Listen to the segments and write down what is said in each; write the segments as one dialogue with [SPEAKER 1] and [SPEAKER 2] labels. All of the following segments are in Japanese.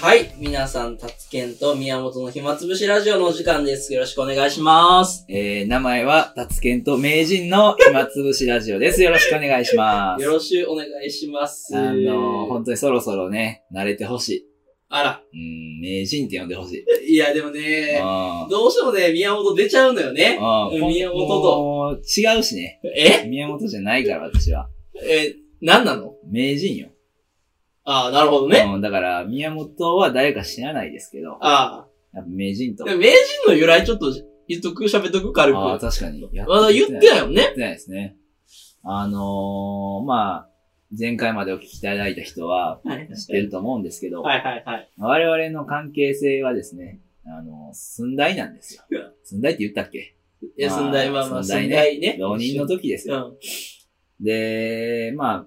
[SPEAKER 1] はい。皆さん、たつけんと宮本の暇つぶしラジオのお時間です。よろしくお願いします。
[SPEAKER 2] えー、名前は、たつけんと名人の暇つぶしラジオです。よろしくお願いします。
[SPEAKER 1] よろしくお願いします。
[SPEAKER 2] あのー、本当にそろそろね、慣れてほし
[SPEAKER 1] あら。
[SPEAKER 2] い。うん、名人って呼んでほしい。
[SPEAKER 1] いや、でも
[SPEAKER 2] うん。
[SPEAKER 1] ね、どうしてもね、宮本出ちゃうのよね。
[SPEAKER 2] うん
[SPEAKER 1] 宮本と
[SPEAKER 2] もう違うしね。
[SPEAKER 1] え
[SPEAKER 2] 宮本じゃないから、私は。
[SPEAKER 1] え、なんなの
[SPEAKER 2] 名人よ。
[SPEAKER 1] ああ、なるほどね。
[SPEAKER 2] うん、だから、宮本は誰か知らないですけど、
[SPEAKER 1] あ
[SPEAKER 2] やっぱ名人と
[SPEAKER 1] あ。で。も名人の由来ちょっと言っとく、喋っとく、軽く。
[SPEAKER 2] ああ、
[SPEAKER 1] ま
[SPEAKER 2] 確かに。やっ
[SPEAKER 1] だ言ってないよ
[SPEAKER 2] や
[SPEAKER 1] ね
[SPEAKER 2] っ。てないですね。あのー、まあ、前回までお聞きいただいた人は
[SPEAKER 1] はい
[SPEAKER 2] 知ってると思うんですけど、
[SPEAKER 1] はいはいはい。
[SPEAKER 2] 我々の関係性はですね、あの、寸大なんですよ。寸大って言ったっけ
[SPEAKER 1] いや、寸大、まあまあ、
[SPEAKER 2] 寸
[SPEAKER 1] 寸
[SPEAKER 2] 大
[SPEAKER 1] 大ね。
[SPEAKER 2] 浪人の時です
[SPEAKER 1] う
[SPEAKER 2] よ。
[SPEAKER 1] ん。
[SPEAKER 2] で、まあ、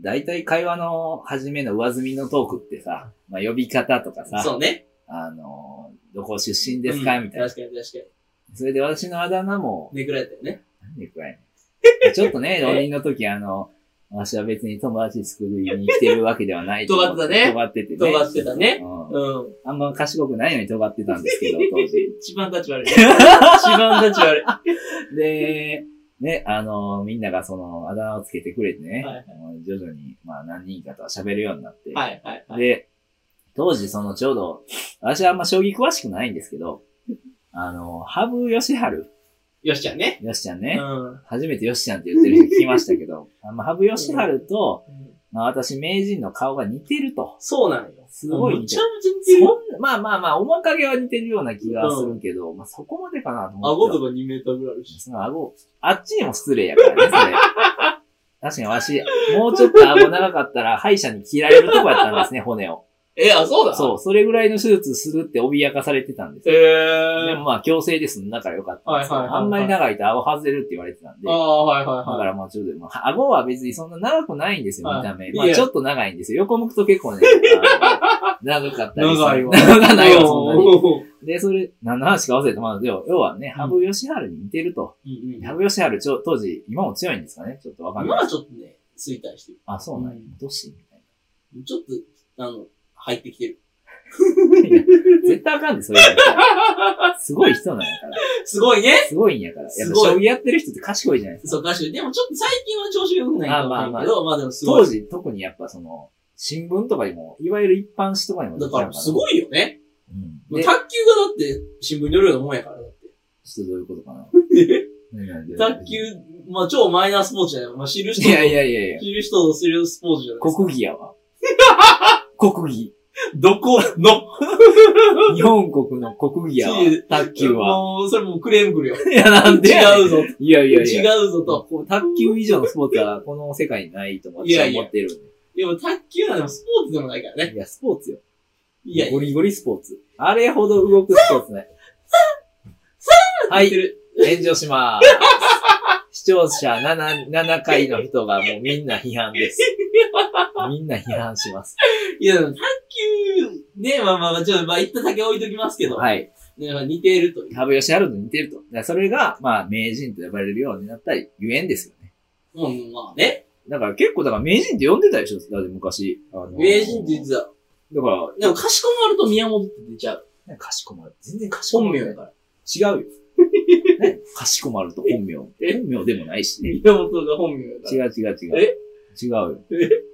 [SPEAKER 2] 大体会話の初めの上積みのトークってさ、まあ呼び方とかさ、
[SPEAKER 1] そうね。
[SPEAKER 2] あの、どこ出身ですか、
[SPEAKER 1] うん
[SPEAKER 2] みたいな。
[SPEAKER 1] 確かに確か
[SPEAKER 2] それで私のあだ名も、
[SPEAKER 1] に。ねぐられたよね。
[SPEAKER 2] なん で暗いのちょっとね、浪人の時あの、私は別に友達作りに来てるわけではないと思。
[SPEAKER 1] 尖ってたね
[SPEAKER 2] 尖っててね。
[SPEAKER 1] 尖ってたね
[SPEAKER 2] うん。
[SPEAKER 1] うん。
[SPEAKER 2] あんま賢くないのに尖ってたんですけど、当 時。
[SPEAKER 1] 一番立ち悪い。一番立ち悪い。
[SPEAKER 2] で、ね、あの、みんながその、あだ名をつけてくれてね、
[SPEAKER 1] はいはい
[SPEAKER 2] あの徐々に、まあ何人かとは喋るようになって、
[SPEAKER 1] はいはいはい。
[SPEAKER 2] で、当時そのちょうど、私はあんま将棋詳しくないんですけど、あの、羽生善治、
[SPEAKER 1] よしちゃんね。
[SPEAKER 2] よしちゃん
[SPEAKER 1] う
[SPEAKER 2] ね、
[SPEAKER 1] ん。初
[SPEAKER 2] 初めてよしちゃんって言ってる人聞きましたけど、 あまあ、羽生善治と、まあ私名人の顔が似てると。
[SPEAKER 1] そうなんよ。
[SPEAKER 2] すごい
[SPEAKER 1] め
[SPEAKER 2] 似て
[SPEAKER 1] ち
[SPEAKER 2] る
[SPEAKER 1] ゃめちゃ似て
[SPEAKER 2] そ
[SPEAKER 1] るよ。
[SPEAKER 2] んまあまあまあ、面影は似てるような気がするけど、まあそこまでかなと思って。
[SPEAKER 1] 顎とか2メートルぐらいあるし。
[SPEAKER 2] その顎、あっちにも失礼やからね、それ。 確かにわし、もうちょっと顎長かったら歯医者に切られるとこやったんですね、骨を。
[SPEAKER 1] え、あ、そうだ。
[SPEAKER 2] そう、それぐらいの手術するって脅かされてたんです
[SPEAKER 1] え
[SPEAKER 2] よ。
[SPEAKER 1] ー。
[SPEAKER 2] でもまあ、強制ですんだからよかったんですけど
[SPEAKER 1] はいはいはいはい
[SPEAKER 2] あんまり長いと顎外れるって言われてたんで。
[SPEAKER 1] あ
[SPEAKER 2] だ
[SPEAKER 1] あ、はいはい
[SPEAKER 2] か
[SPEAKER 1] はい。
[SPEAKER 2] らまあちょっと、まあ、顎は別にそんな長くないんですよ、見た
[SPEAKER 1] は
[SPEAKER 2] 目。
[SPEAKER 1] い
[SPEAKER 2] まあ
[SPEAKER 1] いや
[SPEAKER 2] ちょっと長いんですよ。横向くと 結構ね、あの長かったりする
[SPEAKER 1] 長いわ
[SPEAKER 2] 長くないわ、そんなに。
[SPEAKER 1] うん
[SPEAKER 2] で、それ、何の話か忘れてまあ、要はね、羽生善治に似てると。
[SPEAKER 1] うん。
[SPEAKER 2] 羽生善治ちょ、当時、今も強いんですかねちょっとわかん
[SPEAKER 1] 今
[SPEAKER 2] ない。
[SPEAKER 1] はちょっとね、衰退してる。
[SPEAKER 2] あ、そうなんや
[SPEAKER 1] うん。
[SPEAKER 2] どしみたい
[SPEAKER 1] ちょっと、あの、入ってきてる。
[SPEAKER 2] な。絶対あかんで、それやったら。すごい人なんやから。
[SPEAKER 1] すごいね。
[SPEAKER 2] すごいんやから。やっ
[SPEAKER 1] す
[SPEAKER 2] ぱ
[SPEAKER 1] ごい
[SPEAKER 2] 将棋やってる人って賢いじゃないです
[SPEAKER 1] そ
[SPEAKER 2] か。
[SPEAKER 1] う、確かに。でもちょっと最近は調子が良くないかもしれないけど、まあでもすご
[SPEAKER 2] 当
[SPEAKER 1] い。
[SPEAKER 2] 時、特にやっぱその、新聞とかにも、いわゆる一般紙とかにも
[SPEAKER 1] だからす
[SPEAKER 2] い。
[SPEAKER 1] ごいよね。
[SPEAKER 2] う
[SPEAKER 1] 卓球
[SPEAKER 2] ん。で、
[SPEAKER 1] が
[SPEAKER 2] ちょ
[SPEAKER 1] だって新聞に載るようなもんやから。だって
[SPEAKER 2] っとどういうことかな。うん
[SPEAKER 1] 卓球、まあ超マイナースポーツじゃない。まあ知る人
[SPEAKER 2] いやいやいやいや。
[SPEAKER 1] 知る人のするスポーツじゃないですか。
[SPEAKER 2] 国技や わ。国技。
[SPEAKER 1] どこの
[SPEAKER 2] 日本国の国技やわ
[SPEAKER 1] いや。
[SPEAKER 2] 卓球は。
[SPEAKER 1] もう、それもうクレームくるよ。
[SPEAKER 2] いや、 なんでやねん
[SPEAKER 1] 違うぞ。
[SPEAKER 2] いやいやいや。
[SPEAKER 1] 違うぞと。
[SPEAKER 2] こう卓球以上のスポーツはこの世界にないと
[SPEAKER 1] い
[SPEAKER 2] 私
[SPEAKER 1] や
[SPEAKER 2] はい
[SPEAKER 1] や
[SPEAKER 2] 思ってるんで。
[SPEAKER 1] でも卓球はでもスポーツでもないからね。
[SPEAKER 2] いや、スポーツよ。
[SPEAKER 1] いやいや
[SPEAKER 2] ゴリゴリスポーツ。あれほど動くスポーツね。は
[SPEAKER 1] 言って
[SPEAKER 2] い、
[SPEAKER 1] る
[SPEAKER 2] 炎上しまーす。視聴者7、7回の人がもうみんな批判です。みんな批判します。
[SPEAKER 1] いや、でも卓球、ね、まあまあまあ、ちょっと、まあ、一旦だけ置いときますけど、
[SPEAKER 2] はい。
[SPEAKER 1] ねまあ、似ているという。
[SPEAKER 2] 羽生善治と似てると。だからそれが、まあ、名人と呼ばれるようになったり、ゆえんですよね。
[SPEAKER 1] もう、まあね、
[SPEAKER 2] だから結構、だから名人って呼んでたでしょだって昔。あのー
[SPEAKER 1] 名人って言ってた。
[SPEAKER 2] だから、
[SPEAKER 1] でも、かしこまると宮本って出ちゃう。
[SPEAKER 2] ねかしこまる。全然かしこ
[SPEAKER 1] 本
[SPEAKER 2] ま
[SPEAKER 1] 名
[SPEAKER 2] る。
[SPEAKER 1] だから。
[SPEAKER 2] 違うよ。 ねかしこまると本名。本名でもないし。違
[SPEAKER 1] 宮本が本名だか
[SPEAKER 2] う
[SPEAKER 1] ら。
[SPEAKER 2] 違う違う。違うよ。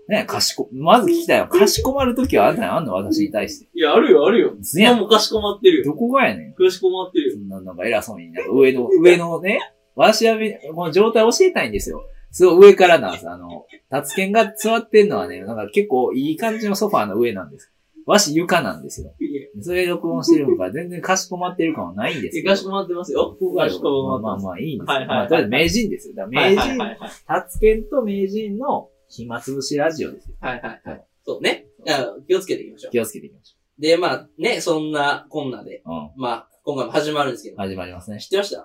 [SPEAKER 2] ねかしこ、まず聞きたいよ。かしこまるときはあんたにあんの私に対して。
[SPEAKER 1] いや、あるよ、あるよ。
[SPEAKER 2] す
[SPEAKER 1] 今
[SPEAKER 2] やん。
[SPEAKER 1] もかしこまってるよ。
[SPEAKER 2] どこがやねん。
[SPEAKER 1] かしこまってるよ。
[SPEAKER 2] そんな、なんか偉そうに、なんか上の、上のね、私はみ、この状態教えたいんですよ。すごい上からなんです。あの、達健が座ってんのはね、なんか結構いい感じのソファーの上なんです。わし床なんですよ。
[SPEAKER 1] いや
[SPEAKER 2] それ録音してるのから全然かしこまってる感はないんです
[SPEAKER 1] い
[SPEAKER 2] け
[SPEAKER 1] や、か
[SPEAKER 2] ど
[SPEAKER 1] しこまってますよ。
[SPEAKER 2] まあ
[SPEAKER 1] かしこ
[SPEAKER 2] ま
[SPEAKER 1] ま
[SPEAKER 2] あ
[SPEAKER 1] ってます。
[SPEAKER 2] まあいいんです
[SPEAKER 1] はいはいはい
[SPEAKER 2] まあとりあえず名人ですよ。だから名
[SPEAKER 1] はいは
[SPEAKER 2] 人、
[SPEAKER 1] いはい
[SPEAKER 2] タツケンと名人の暇つぶしラジオですよ。
[SPEAKER 1] はい。はいはいは
[SPEAKER 2] はいい。
[SPEAKER 1] そうね。だから気をつけていきましょう。
[SPEAKER 2] 気をつけていきまし
[SPEAKER 1] で、まあね、そんなこんなで、
[SPEAKER 2] ょう。
[SPEAKER 1] まあ、今回も始まるんですけ
[SPEAKER 2] うん。
[SPEAKER 1] ど、
[SPEAKER 2] 始まりますね
[SPEAKER 1] 知。ってました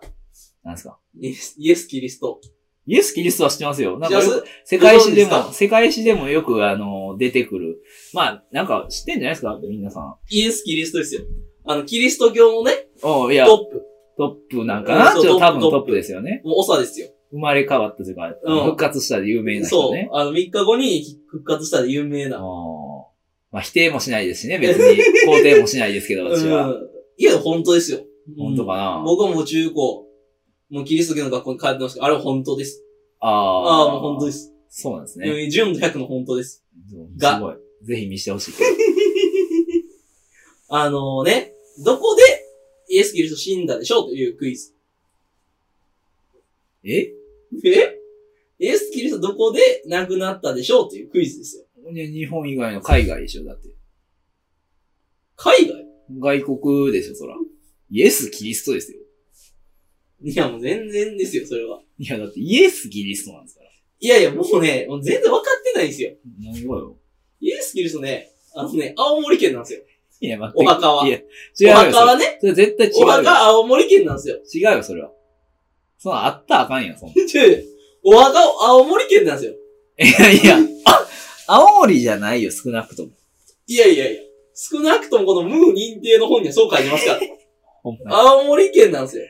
[SPEAKER 2] なんですか
[SPEAKER 1] イエス、イエスキリスト。
[SPEAKER 2] イエス・キリストは知ってますよ。なんか
[SPEAKER 1] 知
[SPEAKER 2] よ
[SPEAKER 1] ら
[SPEAKER 2] く、世界史で
[SPEAKER 1] ご存知です
[SPEAKER 2] も、世界史でもよく、あの、出てくる。まあ、なんか知ってんじゃないですか皆さん。
[SPEAKER 1] イエス・キリストですよ。あの、キリスト教のね、
[SPEAKER 2] おういや、ト
[SPEAKER 1] トップ。
[SPEAKER 2] ップなんかな
[SPEAKER 1] うんそう
[SPEAKER 2] ちょっと
[SPEAKER 1] トッ
[SPEAKER 2] 多
[SPEAKER 1] プ
[SPEAKER 2] 分
[SPEAKER 1] トッ
[SPEAKER 2] トッ
[SPEAKER 1] プ
[SPEAKER 2] プですよね。
[SPEAKER 1] もう長ですよ。
[SPEAKER 2] 生まれ変わったというか、
[SPEAKER 1] うん
[SPEAKER 2] 復活したで有名な人
[SPEAKER 1] そう
[SPEAKER 2] ね。。
[SPEAKER 1] あの、3日後に復活したで有名な。
[SPEAKER 2] おまあ否定もしないですしね、別に。肯定もしないですけど、私は。
[SPEAKER 1] うん。いや、本当ですよ。
[SPEAKER 2] 本当かな、
[SPEAKER 1] うん僕はもう中高、もうキリスト教の学校に通ってますけど、あれは本当です。
[SPEAKER 2] ああ。
[SPEAKER 1] ああ、もう本当です。
[SPEAKER 2] そうなんですね。
[SPEAKER 1] ね、純度100の本当です。が
[SPEAKER 2] すごい。ぜひ見してほしいけ ど。
[SPEAKER 1] あのね、どこでイエス・キリスト死んだでしょうというクイズ。
[SPEAKER 2] え
[SPEAKER 1] えイエス・キリストどこで亡くなったでしょうというクイズですよ。
[SPEAKER 2] ね日本以外の海外でしょだって。
[SPEAKER 1] 海外
[SPEAKER 2] 外国でしょ、そら。イエス・キリストですよ。
[SPEAKER 1] いや、もう全然ですよ、それは。
[SPEAKER 2] いや、だってイエス・キリストなんですから。
[SPEAKER 1] いやいや、もうね、もう全然分かってないんですよ。
[SPEAKER 2] 何がよ。
[SPEAKER 1] イエス・キリストね、あのね、青森県なんですよ。
[SPEAKER 2] いや、待って。
[SPEAKER 1] お墓はい
[SPEAKER 2] や、違う
[SPEAKER 1] お
[SPEAKER 2] よ。
[SPEAKER 1] 墓
[SPEAKER 2] それ
[SPEAKER 1] はね、
[SPEAKER 2] それ絶対違
[SPEAKER 1] お
[SPEAKER 2] うよ。
[SPEAKER 1] 墓青森県なんですよ。
[SPEAKER 2] 違うよ、それは。そのあったらあかんよ、そんな。
[SPEAKER 1] ちょお墓青森県なんですよ。
[SPEAKER 2] いやいや、あ、青森じゃないよ、少なくとも。
[SPEAKER 1] いやいやいや。少なくともこのムー認定の本にはそう書いて ますから。
[SPEAKER 2] ほんまに
[SPEAKER 1] 青森県なんですよ。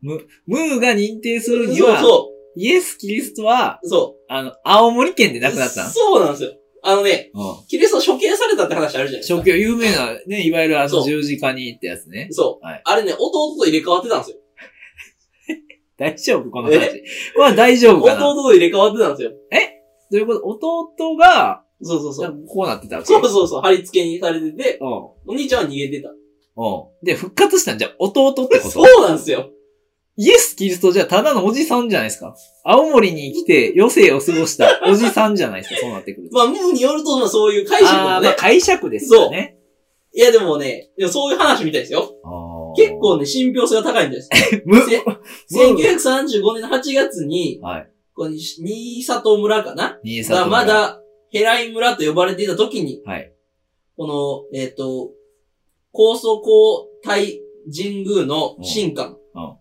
[SPEAKER 2] ムーが認定するに
[SPEAKER 1] そう
[SPEAKER 2] は、
[SPEAKER 1] そ
[SPEAKER 2] イエス・キリストは、
[SPEAKER 1] う。そ
[SPEAKER 2] あの、青森県で
[SPEAKER 1] う。
[SPEAKER 2] 亡くなったん
[SPEAKER 1] そうなんですよ。あのね、
[SPEAKER 2] う
[SPEAKER 1] キリスト処刑されたって話あるじゃない
[SPEAKER 2] ん。
[SPEAKER 1] ですか。
[SPEAKER 2] 職業有名な、ね、いわゆるあ
[SPEAKER 1] そ
[SPEAKER 2] の
[SPEAKER 1] う
[SPEAKER 2] 十字架にってやつね。
[SPEAKER 1] そう、
[SPEAKER 2] はい
[SPEAKER 1] あれね、弟と入れ替わってたんですよ。
[SPEAKER 2] 大丈夫この話。まあ大丈夫かな。
[SPEAKER 1] 弟と入れ替わってたんですよ。
[SPEAKER 2] ということ、弟が、
[SPEAKER 1] そうそうそ
[SPEAKER 2] なん
[SPEAKER 1] う。
[SPEAKER 2] かこうなってたわけ。
[SPEAKER 1] そう
[SPEAKER 2] う。
[SPEAKER 1] そうそう。貼り付けにされてて、
[SPEAKER 2] うん。
[SPEAKER 1] お兄ちゃんは逃げてた。
[SPEAKER 2] うん。で、復活したんじゃ、弟ってこ
[SPEAKER 1] そ
[SPEAKER 2] と
[SPEAKER 1] うなんですよ。
[SPEAKER 2] イエス・キリストじゃ、ただのおじさんじゃないですか。青森に来て、余生を過ごしたおじさんじゃないですか、そうなってくると。
[SPEAKER 1] まあ、ムーによると、まあそういう解釈
[SPEAKER 2] あ
[SPEAKER 1] も
[SPEAKER 2] ーまあ
[SPEAKER 1] ね。
[SPEAKER 2] 解釈ですよね。
[SPEAKER 1] いやでもね、でもそういう話みたいですよ。結構ね、信憑性が高いんです。
[SPEAKER 2] む、
[SPEAKER 1] せ1935年の8月に、
[SPEAKER 2] はい。
[SPEAKER 1] この新里村かな
[SPEAKER 2] 兄さ
[SPEAKER 1] が
[SPEAKER 2] ん。
[SPEAKER 1] ま、だ、ヘライ村と呼ばれていた時に、
[SPEAKER 2] はい。
[SPEAKER 1] この、えっ、と、高祖皇太神宮の神官
[SPEAKER 2] うんうん、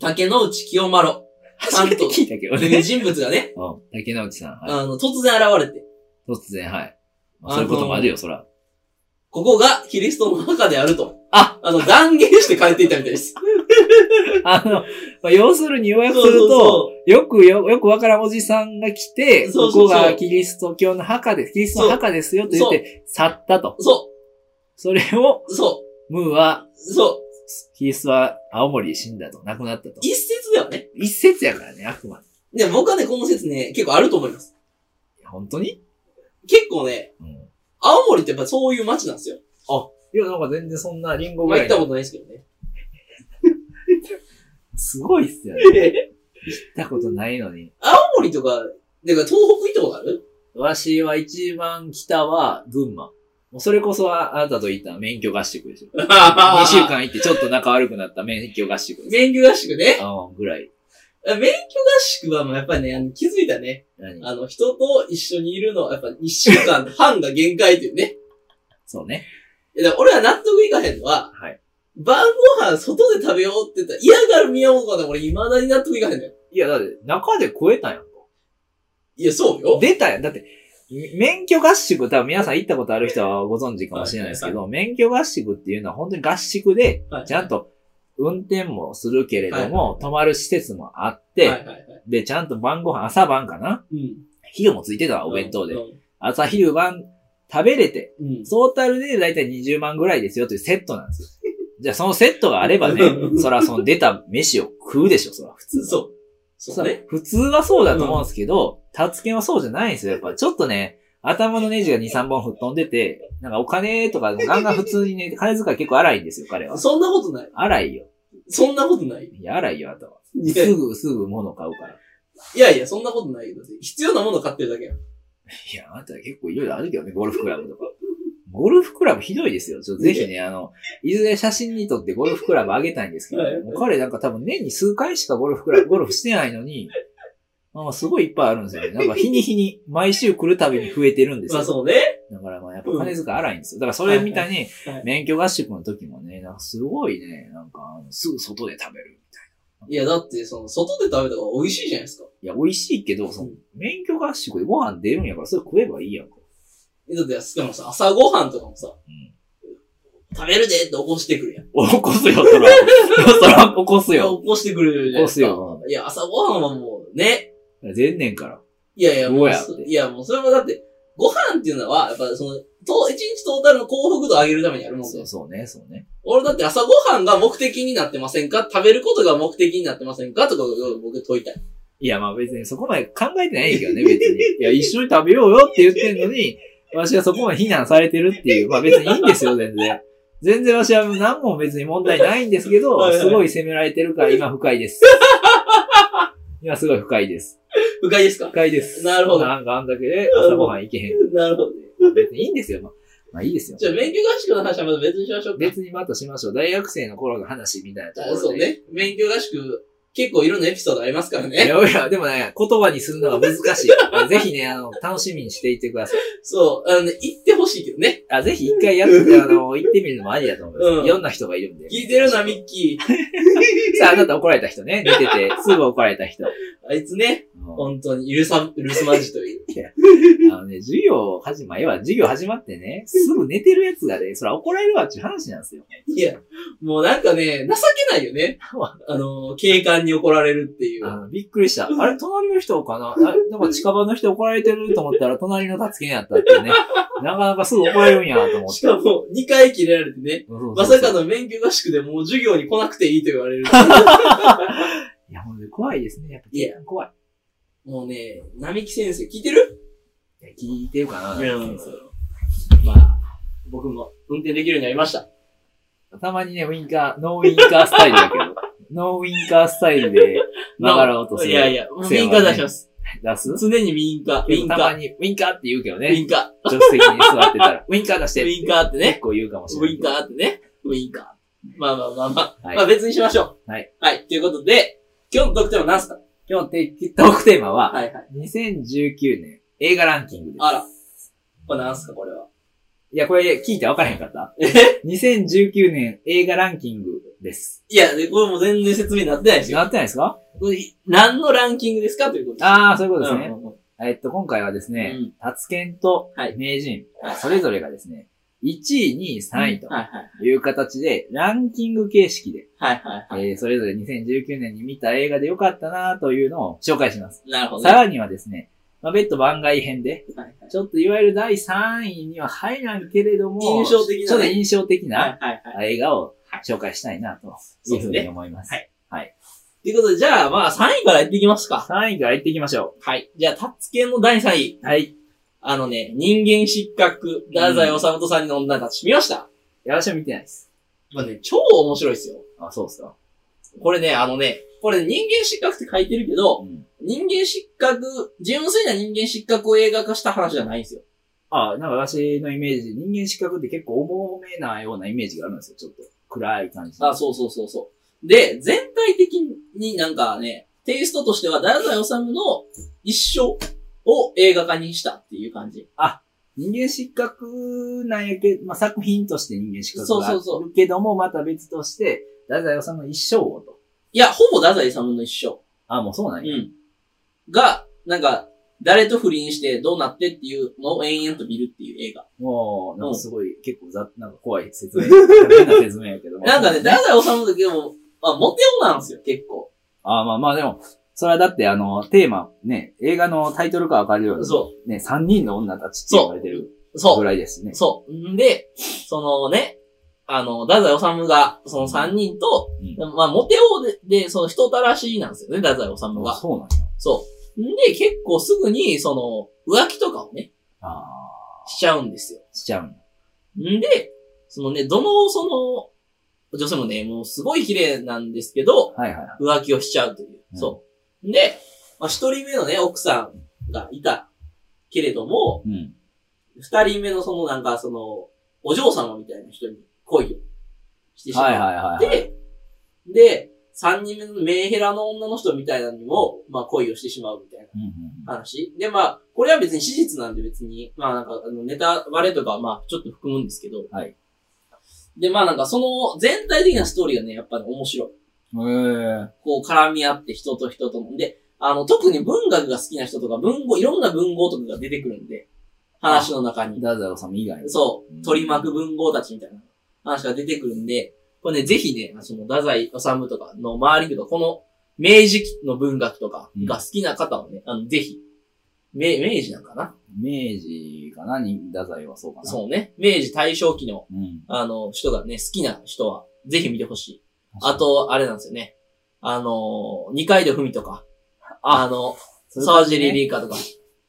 [SPEAKER 1] 竹之内清丸、
[SPEAKER 2] 初めて聞いたけど
[SPEAKER 1] という
[SPEAKER 2] ね。
[SPEAKER 1] 人物がね、
[SPEAKER 2] うん。竹之内さん、 は
[SPEAKER 1] あの、突然現れて、
[SPEAKER 2] い。突然、はい。まあ
[SPEAKER 1] あのー
[SPEAKER 2] そういうこともあるよ、そら。
[SPEAKER 1] ここがキリストの墓であると、
[SPEAKER 2] あ
[SPEAKER 1] あの、断言して帰っていったみたい です。
[SPEAKER 2] あの、まあ、要するに要約すると、よくよ、よくわからんおじさんが来て、
[SPEAKER 1] そ
[SPEAKER 2] そ
[SPEAKER 1] そ
[SPEAKER 2] う
[SPEAKER 1] うそう
[SPEAKER 2] こがキリスト教の墓です。キリストの墓ですよと言って、去ったと。
[SPEAKER 1] そうそ
[SPEAKER 2] それを、
[SPEAKER 1] う、そ
[SPEAKER 2] ムーは、
[SPEAKER 1] う、そう、
[SPEAKER 2] キリストは青森で死んだと、亡くなったと。
[SPEAKER 1] 一説ではね。
[SPEAKER 2] 一説やからね、あくまで。
[SPEAKER 1] で、僕はね、この説ね、結構あると思います。
[SPEAKER 2] 本当に
[SPEAKER 1] 結構ね、
[SPEAKER 2] うん。
[SPEAKER 1] 青森ってやっぱそういう街なんですよ。
[SPEAKER 2] いや、なんか全然そんなリンゴ
[SPEAKER 1] ま
[SPEAKER 2] ぐ
[SPEAKER 1] あ行
[SPEAKER 2] ら
[SPEAKER 1] っ
[SPEAKER 2] い
[SPEAKER 1] た
[SPEAKER 2] の。
[SPEAKER 1] ことないですけどね。
[SPEAKER 2] すごいっすよね。行ったことないのに。
[SPEAKER 1] 青森とか、だから東北行ったことあ る
[SPEAKER 2] わしは一番北は群馬。もうそれこそあなたと言った免許合宿でしょ。
[SPEAKER 1] ?2
[SPEAKER 2] 2週。間行ってちょっと仲悪くなった免許合宿です。
[SPEAKER 1] 免許合宿ね。
[SPEAKER 2] うん、ぐらい。
[SPEAKER 1] 免許合宿はもうやっぱりね、あの気づいたね。
[SPEAKER 2] 何
[SPEAKER 1] あの、人と一緒にいるのはやっぱ1週間 半が限界っていうね。
[SPEAKER 2] そうね。
[SPEAKER 1] いやだから俺は納得いかへんのは、
[SPEAKER 2] はい。
[SPEAKER 1] 晩ご飯外で食べようって言ったら嫌がる宮本かで俺未だに納得いかへんのよ。
[SPEAKER 2] いや、だって中で超えたやん。
[SPEAKER 1] いや、そうよ。
[SPEAKER 2] 出たやん。だって、み免許合宿、多分皆さん行ったことある人はご存知かもしれないですけど、免許合宿っていうのは本当に合宿で、
[SPEAKER 1] はい
[SPEAKER 2] ちゃんと運転もするけれども、泊まる施設もあっ
[SPEAKER 1] はい
[SPEAKER 2] て、
[SPEAKER 1] はいはい。
[SPEAKER 2] で、ちゃんと晩ご飯、朝晩かな
[SPEAKER 1] うん。
[SPEAKER 2] 昼もついてたわお弁当で
[SPEAKER 1] う。ん
[SPEAKER 2] 朝昼晩食べれて、
[SPEAKER 1] うん。
[SPEAKER 2] トータルでだいたい20万ぐらいですよというセットなんですよ。じゃあそのセットがあれ ばね、そらその出た飯を食うでしょ、そら普通。
[SPEAKER 1] そう。そうね。
[SPEAKER 2] 普通はそうだと思うんですけど、タツケンはそうじゃないんですよ。やっぱちょっとね、頭のネジが2、3本吹っ飛んでて、なんかお金とかガンガン普通にね、金遣い結構荒いんですよ、彼は。
[SPEAKER 1] そんなことない。
[SPEAKER 2] 荒いよ。
[SPEAKER 1] そんなことない。
[SPEAKER 2] いや、荒いよ、あとは。
[SPEAKER 1] いや
[SPEAKER 2] すぐ、すぐ物買うから。い
[SPEAKER 1] いやいや、そんなことないよ。だって必要なもの買ってるだけやん。
[SPEAKER 2] や、あなた結構いろいろあるけどね、ゴルフクラブとか。ゴルフクラブひどいですよ。ちょっとぜひね、あの、いずれ写真に撮ってゴルフクラブあげたいんですけ ど、
[SPEAKER 1] はい
[SPEAKER 2] もう彼なんか多分年に数回しかゴルフクラブ、ゴルフしてないのに、まあ、すごいいっぱいあるんですよね。なんか日に日に、毎週来るたびに増えてるんですよ。
[SPEAKER 1] まあそうね。
[SPEAKER 2] だからまあやっぱ金遣い荒いんですよ。だからそれみたいに
[SPEAKER 1] はいはい、
[SPEAKER 2] 免許合宿の時もね、なんかすごいね、なんかあのすぐ外で食べるみたい
[SPEAKER 1] いや、だって、その、外で食べた方が美味しいじゃないですか。
[SPEAKER 2] な。いや、美味しいけど、その免許合宿でご飯出るんやから、それ食えばいいやんか。
[SPEAKER 1] えだって、しかもさ、朝ごはんとかもさ、
[SPEAKER 2] うん。
[SPEAKER 1] 食べるでって起こしてくるやん。
[SPEAKER 2] 起こすよ、 そら。そら起こすよ。
[SPEAKER 1] 起こしてくるじゃ
[SPEAKER 2] 起
[SPEAKER 1] ない
[SPEAKER 2] こ
[SPEAKER 1] です
[SPEAKER 2] す
[SPEAKER 1] か。
[SPEAKER 2] よ。
[SPEAKER 1] いや、朝ごはんはもうね。
[SPEAKER 2] 前年から。
[SPEAKER 1] いやいや、も
[SPEAKER 2] ど
[SPEAKER 1] う
[SPEAKER 2] うや
[SPEAKER 1] そ、いや、もうそれもだって、ご飯っていうのは、やっぱその、と、一日トータルの幸福度を上げるためにやるもん
[SPEAKER 2] そう
[SPEAKER 1] ね。
[SPEAKER 2] そうね、そうね。
[SPEAKER 1] 俺だって朝ごはんが目的になってませんか食べることが目的になってませんかとかを僕問いたい。
[SPEAKER 2] いや、まあ別にそこまで考えてないけどね、別に。 いや、一緒に食べようよって言ってんのに、わしはそこまで非難されてるっていう。まあ別にいいんですよ、全然。全然わしは何も別に問題ないんですけど
[SPEAKER 1] はいは、い
[SPEAKER 2] すごい責められてるから今不 快です。今すごい不快です。
[SPEAKER 1] 不快ですか
[SPEAKER 2] 不快です。
[SPEAKER 1] なるほど
[SPEAKER 2] なんかあんだけで朝ごはんいけへん。
[SPEAKER 1] なるほどね。
[SPEAKER 2] まあ別にいいんですよ。まあ、まあいいですよ。
[SPEAKER 1] じゃあ、免許合宿の話はまた別にしましょうか。
[SPEAKER 2] 別にまたしましょう。大学生の頃の話みたいなところ
[SPEAKER 1] あ
[SPEAKER 2] で。
[SPEAKER 1] そうね。免許合宿、結構いろんなエピソードありますから
[SPEAKER 2] い
[SPEAKER 1] ね。
[SPEAKER 2] や、いや、でもね、言葉にするのが難しい。ぜひね、あの、楽しみにしていってください。
[SPEAKER 1] そう。あのね、行ってほしいけどね。
[SPEAKER 2] あ、ぜひ一回やって、あの、行ってみるのもありだと思います。
[SPEAKER 1] うん
[SPEAKER 2] いろんな人がいるんで。
[SPEAKER 1] 聞いてるな、ミッキー。
[SPEAKER 2] さあ、あなた怒られた人ね。見てて、すぐ怒られた人。
[SPEAKER 1] あいつね、
[SPEAKER 2] うん
[SPEAKER 1] 本当に、許さ、許すまじという。
[SPEAKER 2] あのね、授業始ま、要は授業始まってね、すぐ寝てるやつがね、そら怒られるわっていう話なんですよ。
[SPEAKER 1] いや、もうなんかね、情けないよね。あの、警官に怒られるってい
[SPEAKER 2] あ
[SPEAKER 1] う。
[SPEAKER 2] のびっくりした。あれ、隣の人かなあなんか近場の人怒られてると思ったら、隣の達也やったっていうね。なかなかすぐ怒られるんやなと思っ。
[SPEAKER 1] してかも、2回切れられてね、
[SPEAKER 2] そうそう
[SPEAKER 1] ま
[SPEAKER 2] そう
[SPEAKER 1] さかの免許合宿でもう授業に来なくていいと言われる。
[SPEAKER 2] いや、ほんとに怖いですね。やっぱ、
[SPEAKER 1] いや
[SPEAKER 2] 怖い。
[SPEAKER 1] もうね、並木先生、聞いてる
[SPEAKER 2] いや聞いてるかな、先生
[SPEAKER 1] まあ、僕も運転できるようになりました。
[SPEAKER 2] たまにね、ウィンカー、ノーウィンカースタイルだ けど、ノーウィンカースタイルで曲がろうとする。
[SPEAKER 1] いやいや、ウ
[SPEAKER 2] 癖は
[SPEAKER 1] ィ
[SPEAKER 2] ね
[SPEAKER 1] ンカー出します。
[SPEAKER 2] 出す
[SPEAKER 1] 常にウィンカー、ウィンカ
[SPEAKER 2] たま
[SPEAKER 1] ー、
[SPEAKER 2] に、ウィンカーって言うけど
[SPEAKER 1] ウィ
[SPEAKER 2] ね。
[SPEAKER 1] ンカ
[SPEAKER 2] 助手席に座ってたら、ウィンカー出し
[SPEAKER 1] ー、
[SPEAKER 2] て
[SPEAKER 1] ウィンカーってね
[SPEAKER 2] 結、構言うかもし
[SPEAKER 1] ウ
[SPEAKER 2] れない。
[SPEAKER 1] ィンカーってね、ウィンカー。まあまあまあまあ、
[SPEAKER 2] はい
[SPEAKER 1] まあ別にしましょう。
[SPEAKER 2] はい。
[SPEAKER 1] はい、ということで、今日の特典は何すか
[SPEAKER 2] 今日のテートークテーマは、
[SPEAKER 1] はいはい。
[SPEAKER 2] 2019年映画ランキングです。
[SPEAKER 1] あら。これ何すかこれは。
[SPEAKER 2] いや、これ聞いて分からへんかった
[SPEAKER 1] え
[SPEAKER 2] ?2019 年映画ランキングです。
[SPEAKER 1] いや、でこれもう全然説明になってないですよ。
[SPEAKER 2] なってないですか
[SPEAKER 1] これ何のランキングですかということです。
[SPEAKER 2] ああ、そういうことですね。
[SPEAKER 1] うんうんうん
[SPEAKER 2] えっと、今回はですね
[SPEAKER 1] うん、
[SPEAKER 2] タツケンと
[SPEAKER 1] はい
[SPEAKER 2] 名人
[SPEAKER 1] はい、
[SPEAKER 2] それぞれがですね、1位、2位、3位と
[SPEAKER 1] はいはい。
[SPEAKER 2] いう形で、ランキング形式で、
[SPEAKER 1] はいはいはい。
[SPEAKER 2] えーそれぞれ2019年に見た映画で良かったなというのを紹介します。
[SPEAKER 1] なるほど、ね。
[SPEAKER 2] さらにはですね、まあ、別途番外編で、
[SPEAKER 1] はいはい
[SPEAKER 2] ちょっといわゆる第3位には入らんけれども、
[SPEAKER 1] 印象的なね
[SPEAKER 2] ちょっと印象的
[SPEAKER 1] はい
[SPEAKER 2] な
[SPEAKER 1] はいはい。
[SPEAKER 2] 映画を紹介したいなと、いうふうに思います。
[SPEAKER 1] そうということで、じゃあまあ3位からやっていきますか。
[SPEAKER 2] 3位から行っていきましょ
[SPEAKER 1] はい。じゃあ、タッツ系の第3位。
[SPEAKER 2] う。はい。
[SPEAKER 1] あのね、人間失格、太宰治とさんの女たち、見ました
[SPEAKER 2] 私は見てないです。
[SPEAKER 1] まあね、超面白いですよ。
[SPEAKER 2] あ、そうですか。
[SPEAKER 1] これね、あのね、これ人間失格って書いてるけど、
[SPEAKER 2] うん
[SPEAKER 1] 人間失格、純粋な人間失格を映画化した話じゃないんですよ。
[SPEAKER 2] あ、なんか私のイメージ、人間失格って結構重めなようなイメージがあるんですよ、ちょっと。暗い感じ。
[SPEAKER 1] あ、そうそうそうそう。で、全体的になんかね、テイストとしては、太宰治の一生を映画化にしたっていう感じ。
[SPEAKER 2] 人間失格なんやけど、まあ、作品として人間失格があ
[SPEAKER 1] そ
[SPEAKER 2] る
[SPEAKER 1] うそうそ
[SPEAKER 2] けども、また別として、太宰治の一生をと。
[SPEAKER 1] いや、ほぼ太宰治の一生。
[SPEAKER 2] あ、もうそうなんや。
[SPEAKER 1] うん。が、なんか、誰と不倫してどうなってっていうのを延々と見るっていう映画。
[SPEAKER 2] もう、なん
[SPEAKER 1] うん
[SPEAKER 2] かすごい、結構ざ、なんか怖い説明。変な説明やけ ど。
[SPEAKER 1] なんかね、
[SPEAKER 2] まあ
[SPEAKER 1] 太宰治の時も、まあ、モテ男なんですよ、結構。
[SPEAKER 2] あ、まあまあでも、それはだってあの、テーマ、ね、映画のタイトルからわかるように、
[SPEAKER 1] そ
[SPEAKER 2] ね、3人の女たちって
[SPEAKER 1] そう
[SPEAKER 2] 言われてる
[SPEAKER 1] う。そう
[SPEAKER 2] ぐ。らいですね。
[SPEAKER 1] そう。んで、そのね、あの、太宰治が、その三人と、
[SPEAKER 2] う
[SPEAKER 1] まあ、モテ王で、でその人たらしいなんですよね、太宰治
[SPEAKER 2] あ
[SPEAKER 1] が。
[SPEAKER 2] そうなんや。
[SPEAKER 1] そう。んで、結構すぐに、その、浮気とかをね、
[SPEAKER 2] あ
[SPEAKER 1] しちゃうんですよ。
[SPEAKER 2] あ、しちゃうんや。
[SPEAKER 1] んで、そのね、どの、その、女性もね、もうすごい綺麗なんですけど、
[SPEAKER 2] はいはいはい。
[SPEAKER 1] 浮気をしちゃうという。
[SPEAKER 2] うん
[SPEAKER 1] そう。んで、まあ、一人目のね、奥さんがいたけれども、
[SPEAKER 2] うん。
[SPEAKER 1] 二人目のそのなんかその、お嬢様みたいな人に恋をしてしまっ
[SPEAKER 2] は
[SPEAKER 1] て、
[SPEAKER 2] いはいはいはい。
[SPEAKER 1] で、三人目のメンヘラの女の人みたいなのにも、まあ恋をしてしまうみたい
[SPEAKER 2] うんうん
[SPEAKER 1] な話。で、まあ、これは別に史実なんで別に、まあなんかあのネタバレとかはまあちょっと含むんですけど、
[SPEAKER 2] はい
[SPEAKER 1] で、まあなんかその全体的なストーリーがね、やっぱり面白い。
[SPEAKER 2] うん。へえ。
[SPEAKER 1] こう絡み合って人と人との。で、あの、特に文学が好きな人とか文豪、いろんな文豪とかが出てくるんで、話の中に。
[SPEAKER 2] 太宰治以外に。
[SPEAKER 1] そうう、
[SPEAKER 2] ん
[SPEAKER 1] 取り巻く文豪たちみたいな話が出てくるんで、これね、ぜひね、その、太宰治とかの周りとか、この、明治期の文学とかが好きな方はね、あの、ぜひ、め明治なんかな
[SPEAKER 2] 明治かなに、太宰はそうかな。
[SPEAKER 1] そうね。明治大正期の、
[SPEAKER 2] う。うん。
[SPEAKER 1] あの、人がね、好きな人は、ぜひ見てほしい。あ、と、あれなんですよね。あの、二階堂ふみとか、あの、沢尻エ
[SPEAKER 2] リ
[SPEAKER 1] リカとか、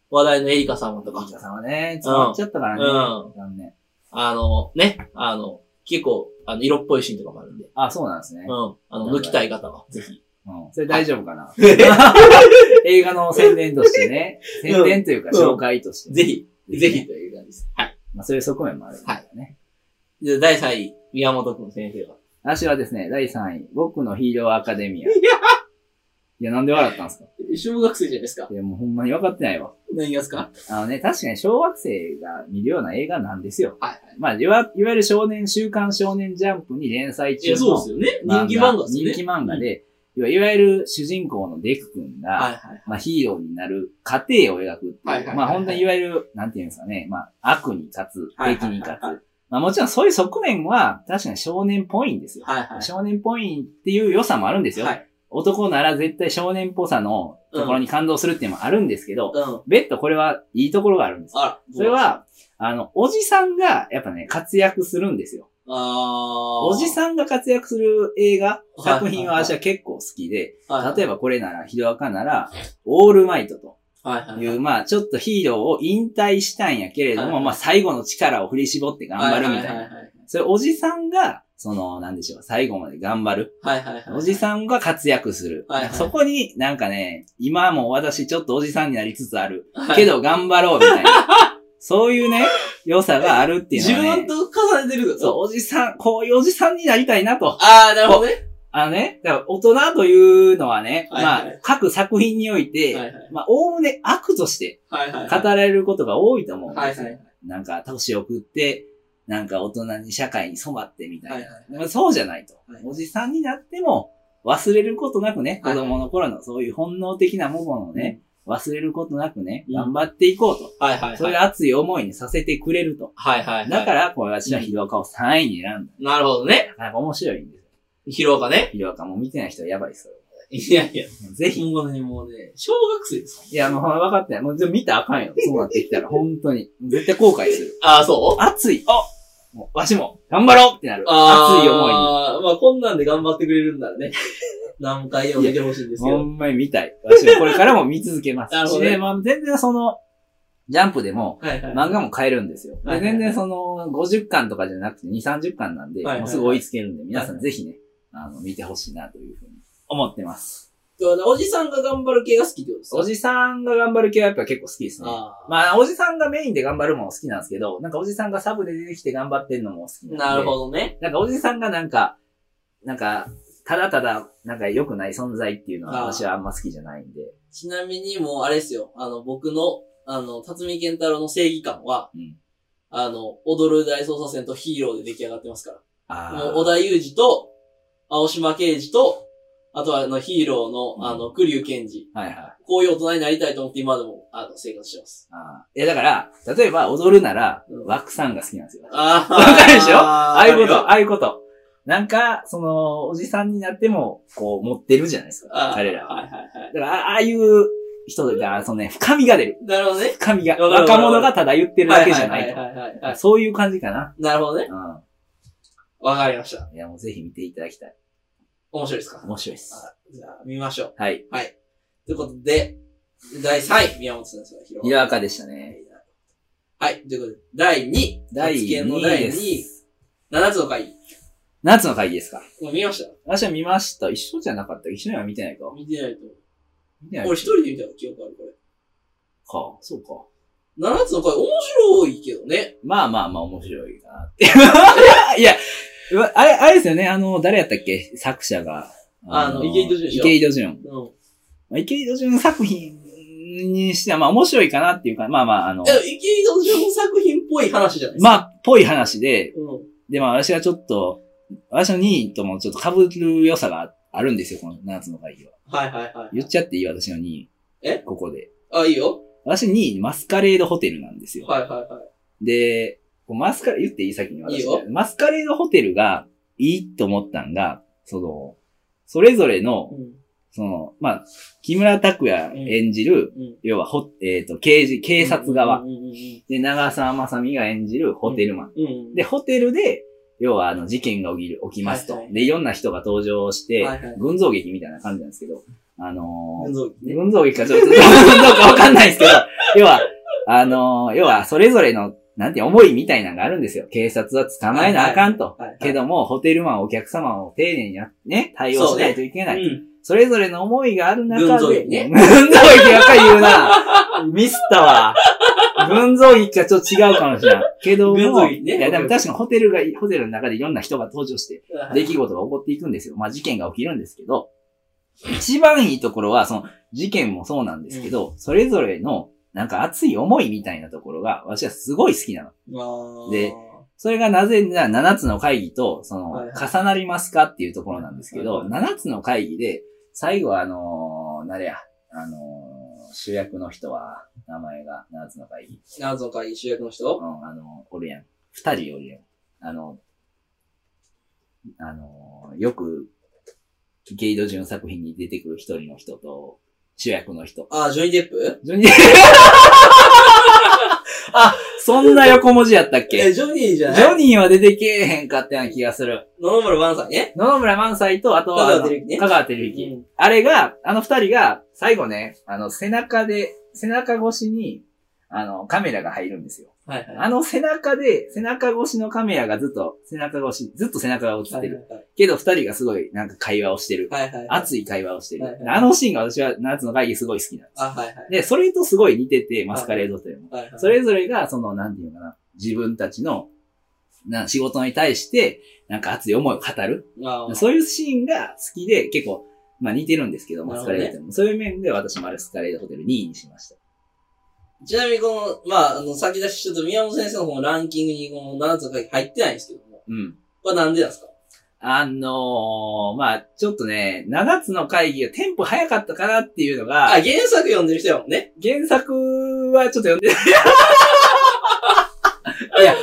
[SPEAKER 1] 話題のエリカ様と
[SPEAKER 2] ー。
[SPEAKER 1] か
[SPEAKER 2] リ、カさんはね、詰まっちゃったからね。
[SPEAKER 1] う
[SPEAKER 2] 残念。
[SPEAKER 1] あの、ね、あの、結構、あの、色っぽいシーンとかもあるんで、
[SPEAKER 2] あ、そうなんですね
[SPEAKER 1] う。ん。あの、抜きたい方は、ぜひ。
[SPEAKER 2] うん。それ大丈夫かな 映画の宣伝としてね。宣伝というか、
[SPEAKER 1] うん
[SPEAKER 2] 紹介として。
[SPEAKER 1] ぜひ、
[SPEAKER 2] ね
[SPEAKER 1] ぜひ。という感じです。はい。
[SPEAKER 2] まあ、そういう側面もあるんだよね。
[SPEAKER 1] じゃあ、第3位、宮本くん先生は。
[SPEAKER 2] 私はですね、第3位、僕のヒーローアカデミア。いや、なんで笑ったんですか
[SPEAKER 1] 小学生じゃないですか。
[SPEAKER 2] いや、もうほんまに分かってないわ。
[SPEAKER 1] 何がですか
[SPEAKER 2] あのね、確かに小学生が見るような映画なんですよ。
[SPEAKER 1] はいはい。
[SPEAKER 2] まあ、いわいわゆる少年、週刊少年ジャンプに連載
[SPEAKER 1] い
[SPEAKER 2] 中
[SPEAKER 1] や、
[SPEAKER 2] の
[SPEAKER 1] そうですよね。人気漫画ですよね。
[SPEAKER 2] 人気漫画で、要はいわゆる主人公のデク君が、
[SPEAKER 1] はいはい。
[SPEAKER 2] まあ、ヒーローになる過程を描くっていう。
[SPEAKER 1] はいはいはいはい
[SPEAKER 2] まあ、本当にいわゆる、なんていうんですかね、まあ、悪に勝つ、
[SPEAKER 1] はい
[SPEAKER 2] 敵
[SPEAKER 1] はいはいはい
[SPEAKER 2] に勝つ。まあ、もちろんそういう側面は、確かに少年っぽいんですよ。
[SPEAKER 1] はいはい。
[SPEAKER 2] 少年っぽいっていう良さもあるんですよ。
[SPEAKER 1] はい。
[SPEAKER 2] 男なら絶対少年っぽさのところに感動するっていうのもあるんですけど、
[SPEAKER 1] うん。
[SPEAKER 2] 別途これはいいところがあるんですよ。
[SPEAKER 1] あら。
[SPEAKER 2] それ、は、あの、おじさんが、やっぱね、活躍するんですよ。
[SPEAKER 1] あー
[SPEAKER 2] おじさんが活躍する映画、
[SPEAKER 1] い
[SPEAKER 2] 作品は私は結構好きで、
[SPEAKER 1] はい
[SPEAKER 2] 例えばこれなら、ヒロアカなら、オールマイトと
[SPEAKER 1] はいはいい。
[SPEAKER 2] う、まあ、ちょっとヒーローを引退したんやけれど
[SPEAKER 1] は
[SPEAKER 2] も、
[SPEAKER 1] い
[SPEAKER 2] まあ、最後の力を振り絞って頑張るみたいな。
[SPEAKER 1] な。
[SPEAKER 2] それおじさんが、その、なんでしょう、最後まで頑張る。
[SPEAKER 1] はいはいはい。
[SPEAKER 2] おじさんが活躍する。
[SPEAKER 1] はいはい
[SPEAKER 2] そこになんかね、今も私ちょっとおじさんになりつつある。
[SPEAKER 1] はい
[SPEAKER 2] けど頑張ろうみたいな。 そういうね、良さがあるっていう
[SPEAKER 1] 自
[SPEAKER 2] のは、ね。
[SPEAKER 1] 分と重ねてるけど。
[SPEAKER 2] そう、おじさん、こういうおじさんになりたいなと。
[SPEAKER 1] あー、なるほどね。
[SPEAKER 2] あのね、だから大人というのはね、
[SPEAKER 1] はいはい
[SPEAKER 2] まあ、各作品において、
[SPEAKER 1] はいはい。
[SPEAKER 2] まあ、おおむね悪として
[SPEAKER 1] はいはい。
[SPEAKER 2] 語られることが多いと思うん
[SPEAKER 1] は
[SPEAKER 2] で
[SPEAKER 1] い
[SPEAKER 2] すよ。
[SPEAKER 1] はい。
[SPEAKER 2] なんか、年を送って、なんか大人に社会に染まってみたいな。
[SPEAKER 1] はいはい
[SPEAKER 2] まあそうじゃないと、
[SPEAKER 1] はい
[SPEAKER 2] おじさんになっても忘れることなくね、
[SPEAKER 1] は
[SPEAKER 2] 子
[SPEAKER 1] い
[SPEAKER 2] 供の頃のそういう本能的なものをね、忘れることなくね、
[SPEAKER 1] うん
[SPEAKER 2] 頑張っていこうと。
[SPEAKER 1] はいはい。
[SPEAKER 2] そういう熱い思いにさせてくれると。
[SPEAKER 1] はいはい。。
[SPEAKER 2] だからら、こう私はヒロアカを3位に選んだ。
[SPEAKER 1] なるほどね。
[SPEAKER 2] なかなか面白いんですよ。
[SPEAKER 1] 疲労がね。
[SPEAKER 2] ヒロアカも見てない人はやばいですよ。
[SPEAKER 1] いやいや。
[SPEAKER 2] ぜひ。
[SPEAKER 1] もうね、もうね、小学生ですか
[SPEAKER 2] いや、もう分かってない。もうでも見たらあかんよ。そうなってきたら、本当に。絶対後悔する。
[SPEAKER 1] あー、そう
[SPEAKER 2] 熱い。あもうわしも、頑張ろうってなる。
[SPEAKER 1] あー
[SPEAKER 2] 熱い思いに。
[SPEAKER 1] まあ、こんなんで頑張ってくれるんな らね。何回でも見てほしいんですけ
[SPEAKER 2] ほ
[SPEAKER 1] ど。
[SPEAKER 2] んまに見たい。私はこれからも見続けま
[SPEAKER 1] なる
[SPEAKER 2] す。
[SPEAKER 1] ほ
[SPEAKER 2] し
[SPEAKER 1] どね
[SPEAKER 2] ね、まあ全然その、ジャンプでも、
[SPEAKER 1] はいはい。
[SPEAKER 2] 漫画も買えるんですよ。
[SPEAKER 1] はい
[SPEAKER 2] で
[SPEAKER 1] はいはい
[SPEAKER 2] 全然その、50巻とかじゃなくて2、30巻なんで、
[SPEAKER 1] はいはいはい
[SPEAKER 2] もうすぐ追いつけるんで、皆さんぜひね、あの、見てほしいなというふうに思ってます。
[SPEAKER 1] おじさんが頑張る系が好きってことですか
[SPEAKER 2] おじさんが頑張る系はやっぱ結構好きですね。
[SPEAKER 1] あー
[SPEAKER 2] まあ、おじさんがメインで頑張るもの好きなんですけど、なんかおじさんがサブで出てきて頑張ってるのも好きなんで。
[SPEAKER 1] なるほどね。
[SPEAKER 2] なんかおじさんがなんか、なんか、ただただ、なんか良くない存在っていうのは私はあんま好きじゃないんで。
[SPEAKER 1] ちなみにもうあれですよ、あの、僕の、あの、辰巳健太郎の正義感は、
[SPEAKER 2] うん
[SPEAKER 1] あの、踊る大捜査線とヒーローで出来上がってますから。
[SPEAKER 2] あ
[SPEAKER 1] もう、
[SPEAKER 2] ー
[SPEAKER 1] 小田裕二と、青島刑事と、あとはあの、ヒーロー
[SPEAKER 2] うん
[SPEAKER 1] の、あの、栗生健治。
[SPEAKER 2] はいはい。
[SPEAKER 1] こういう大人になりたいと思って今でも、あの、生活してます。
[SPEAKER 2] あーいや、だから、例えば踊るなら
[SPEAKER 1] うん、
[SPEAKER 2] ワックさんが好きなんですよ。あ
[SPEAKER 1] ああ。
[SPEAKER 2] わかるでしょ
[SPEAKER 1] あ
[SPEAKER 2] あいうこと、
[SPEAKER 1] あ
[SPEAKER 2] ああいうこと。なんか、その、おじさんになっても、こう、持ってるじゃないですか。
[SPEAKER 1] ー
[SPEAKER 2] 彼らは。
[SPEAKER 1] はいはいは
[SPEAKER 2] だから、あああいう人だから、そのね、深みが出る。
[SPEAKER 1] い。なるほどね。
[SPEAKER 2] 深みが。
[SPEAKER 1] わかるわか
[SPEAKER 2] 若
[SPEAKER 1] る
[SPEAKER 2] 者がただ言ってるだけじゃない
[SPEAKER 1] はいはいはいはいはいは
[SPEAKER 2] と。
[SPEAKER 1] い。
[SPEAKER 2] そういう感じかな。
[SPEAKER 1] なるほどね。
[SPEAKER 2] う
[SPEAKER 1] わかりました。
[SPEAKER 2] ん。いや、もうぜひ見ていただきたい。
[SPEAKER 1] 面白いですか
[SPEAKER 2] 面白いです。
[SPEAKER 1] あじゃあ、見ましょう。
[SPEAKER 2] はい。
[SPEAKER 1] ということで、第3位、宮本先生が広
[SPEAKER 2] ヒロアカでしたね。
[SPEAKER 1] はい、ということで、第2位、
[SPEAKER 2] 第
[SPEAKER 1] 夏研
[SPEAKER 2] 2
[SPEAKER 1] の
[SPEAKER 2] 位
[SPEAKER 1] 第
[SPEAKER 2] で
[SPEAKER 1] 2位、
[SPEAKER 2] す。
[SPEAKER 1] 7つの会議。
[SPEAKER 2] 夏の会議ですか。
[SPEAKER 1] もう見ました
[SPEAKER 2] 私は見ました。一緒じゃなかった。一緒には見てないか。
[SPEAKER 1] 見てないと思う。
[SPEAKER 2] 見てない
[SPEAKER 1] 俺
[SPEAKER 2] か。
[SPEAKER 1] 一人で見た記憶ある、こ
[SPEAKER 2] そうか。
[SPEAKER 1] れ。7つの会議、面白いけどね。
[SPEAKER 2] まあまあまあ面白いなって。いや、うわあれ、あれですよね。あの、誰やったっけ作者が。
[SPEAKER 1] あの池井戸潤でしょ
[SPEAKER 2] 池井戸潤。
[SPEAKER 1] うん。
[SPEAKER 2] まあ池井戸潤作品にしては、まあ面白いかなっていうか、まあまあ、あの
[SPEAKER 1] い、や、池井戸潤作品っぽい話じゃないですか。
[SPEAKER 2] まあ、ぽい話で、
[SPEAKER 1] うん。
[SPEAKER 2] で、まあ私はちょっと、私の2位ともちょっと被る良さがあるんですよ、この夏の会議は。
[SPEAKER 1] はいはいはい。
[SPEAKER 2] 言っちゃっていい私の2位。
[SPEAKER 1] え
[SPEAKER 2] ここで。
[SPEAKER 1] あ、いいよ。
[SPEAKER 2] 私2位、マスカレードホテルなんですよ。
[SPEAKER 1] はいはいはい。
[SPEAKER 2] で、こうマスカレ、言っていい先に私
[SPEAKER 1] いいよ
[SPEAKER 2] マスカレードホテルがいいと思ったんが、その、それぞれの
[SPEAKER 1] うん。
[SPEAKER 2] その、まあ、木村拓哉演じる、
[SPEAKER 1] うん。
[SPEAKER 2] 要はほ、えっ、と、刑事、警察側。
[SPEAKER 1] うんうんうんうん
[SPEAKER 2] で、長澤まさみが演じるホテルマン。
[SPEAKER 1] うんうん。
[SPEAKER 2] で、ホテルで、要はあの事件が起きる、起きますと。
[SPEAKER 1] はいはい
[SPEAKER 2] で、いろんな人が登場して、
[SPEAKER 1] はいはい
[SPEAKER 2] 群像劇みたいな感じなんですけど、あの
[SPEAKER 1] 群
[SPEAKER 2] ー、
[SPEAKER 1] 像劇ね。
[SPEAKER 2] 群像劇かちょっと、どうかわかんない ですけど、要は、あのー、要はそれぞれの、なんて思いみたいなのがあるんですよ。警察は捕まえなあかんと。
[SPEAKER 1] はいはい
[SPEAKER 2] けども、ホテルマン、お客様を丁寧にやね、対応しないといけない。
[SPEAKER 1] うん。
[SPEAKER 2] それぞれの思いがある中で、
[SPEAKER 1] 群像劇ね
[SPEAKER 2] 群像劇ばっかり言うな。ミスったわ。群像劇かちょっと違うかもしれない。けども、
[SPEAKER 1] 群像劇ね
[SPEAKER 2] いやでも確かにホテルが、ホテルの中でいろんな人が登場して、出来事が起こっていくんですよ。まあ事件が起きるんですけど、一番いいところは、その事件もそうなんですけど、それぞれのなんか熱い思いみたいなところが、私はすごい好きなの。
[SPEAKER 1] あー
[SPEAKER 2] で、それがなぜ、じゃあ7つの会議と、そ
[SPEAKER 1] はい
[SPEAKER 2] の、
[SPEAKER 1] はい
[SPEAKER 2] 重なりますかっていうところなんですけど、
[SPEAKER 1] はい
[SPEAKER 2] 7つの会議で、最後はあのー、なれや、あのー、主役の人は、名前が7つの会議。
[SPEAKER 1] 謎の会議主役の
[SPEAKER 2] う
[SPEAKER 1] 人
[SPEAKER 2] ん、あのー、おるやん。二人おるやん。あの、あのー、よく、ゲイドジュン作品に出てくる一人の人と、主役の人。
[SPEAKER 1] あー、ジョニー・デップ
[SPEAKER 2] ジョニー あ、そんな横文字やったっけ
[SPEAKER 1] え、ジョニーじゃ
[SPEAKER 2] ジ
[SPEAKER 1] ない
[SPEAKER 2] ョニーは出てけえへんかったような気がする。
[SPEAKER 1] 野々村萬さんね。
[SPEAKER 2] 野々村萬斎と、あとは、
[SPEAKER 1] 香川照之ね
[SPEAKER 2] あの香川照
[SPEAKER 1] う
[SPEAKER 2] 之。
[SPEAKER 1] ん。
[SPEAKER 2] あれが、あの二人が、最後ね、あの、背中で、背中越しに、あの、カメラが入るんですよ。
[SPEAKER 1] はいはい。
[SPEAKER 2] あの背中で、背中越しのカメラがずっと、背中越し、ずっと背中が映っ
[SPEAKER 1] は
[SPEAKER 2] て
[SPEAKER 1] い
[SPEAKER 2] る。けど二人がすごい、なんか会話をしてる。
[SPEAKER 1] はいはい。
[SPEAKER 2] 熱い会話をしてる
[SPEAKER 1] はい。はい
[SPEAKER 2] あのシーンが私は、夏の会議すごい好きなんです
[SPEAKER 1] あ、はいはい。
[SPEAKER 2] で、それとすごい似てて、マスカレードというのも。
[SPEAKER 1] はいはい
[SPEAKER 2] それぞれが、その、なんていうのかな、自分たちの、な、仕事に対して、なんか熱い思いを語る。
[SPEAKER 1] あー
[SPEAKER 2] そういうシーンが好きで、結構、まあ似てるんですけど、
[SPEAKER 1] な
[SPEAKER 2] マ
[SPEAKER 1] る
[SPEAKER 2] ス
[SPEAKER 1] ほ
[SPEAKER 2] カ
[SPEAKER 1] どね
[SPEAKER 2] レードホテルも。そういう面で私もあれスカレードホテル2位にしました。
[SPEAKER 1] ちなみにこの、まあ、あの、先出しちょっと宮本先生のこのランキングにこの7つの会議入ってないんですけども。
[SPEAKER 2] うん。
[SPEAKER 1] これなんでなんですか
[SPEAKER 2] あのー、まあちょっとね、7つの会議がテンポ早かったかなっていうの
[SPEAKER 1] あ、
[SPEAKER 2] が、
[SPEAKER 1] 原作読んでる人やもんね。
[SPEAKER 2] 原作はちょっと読んでない。いや、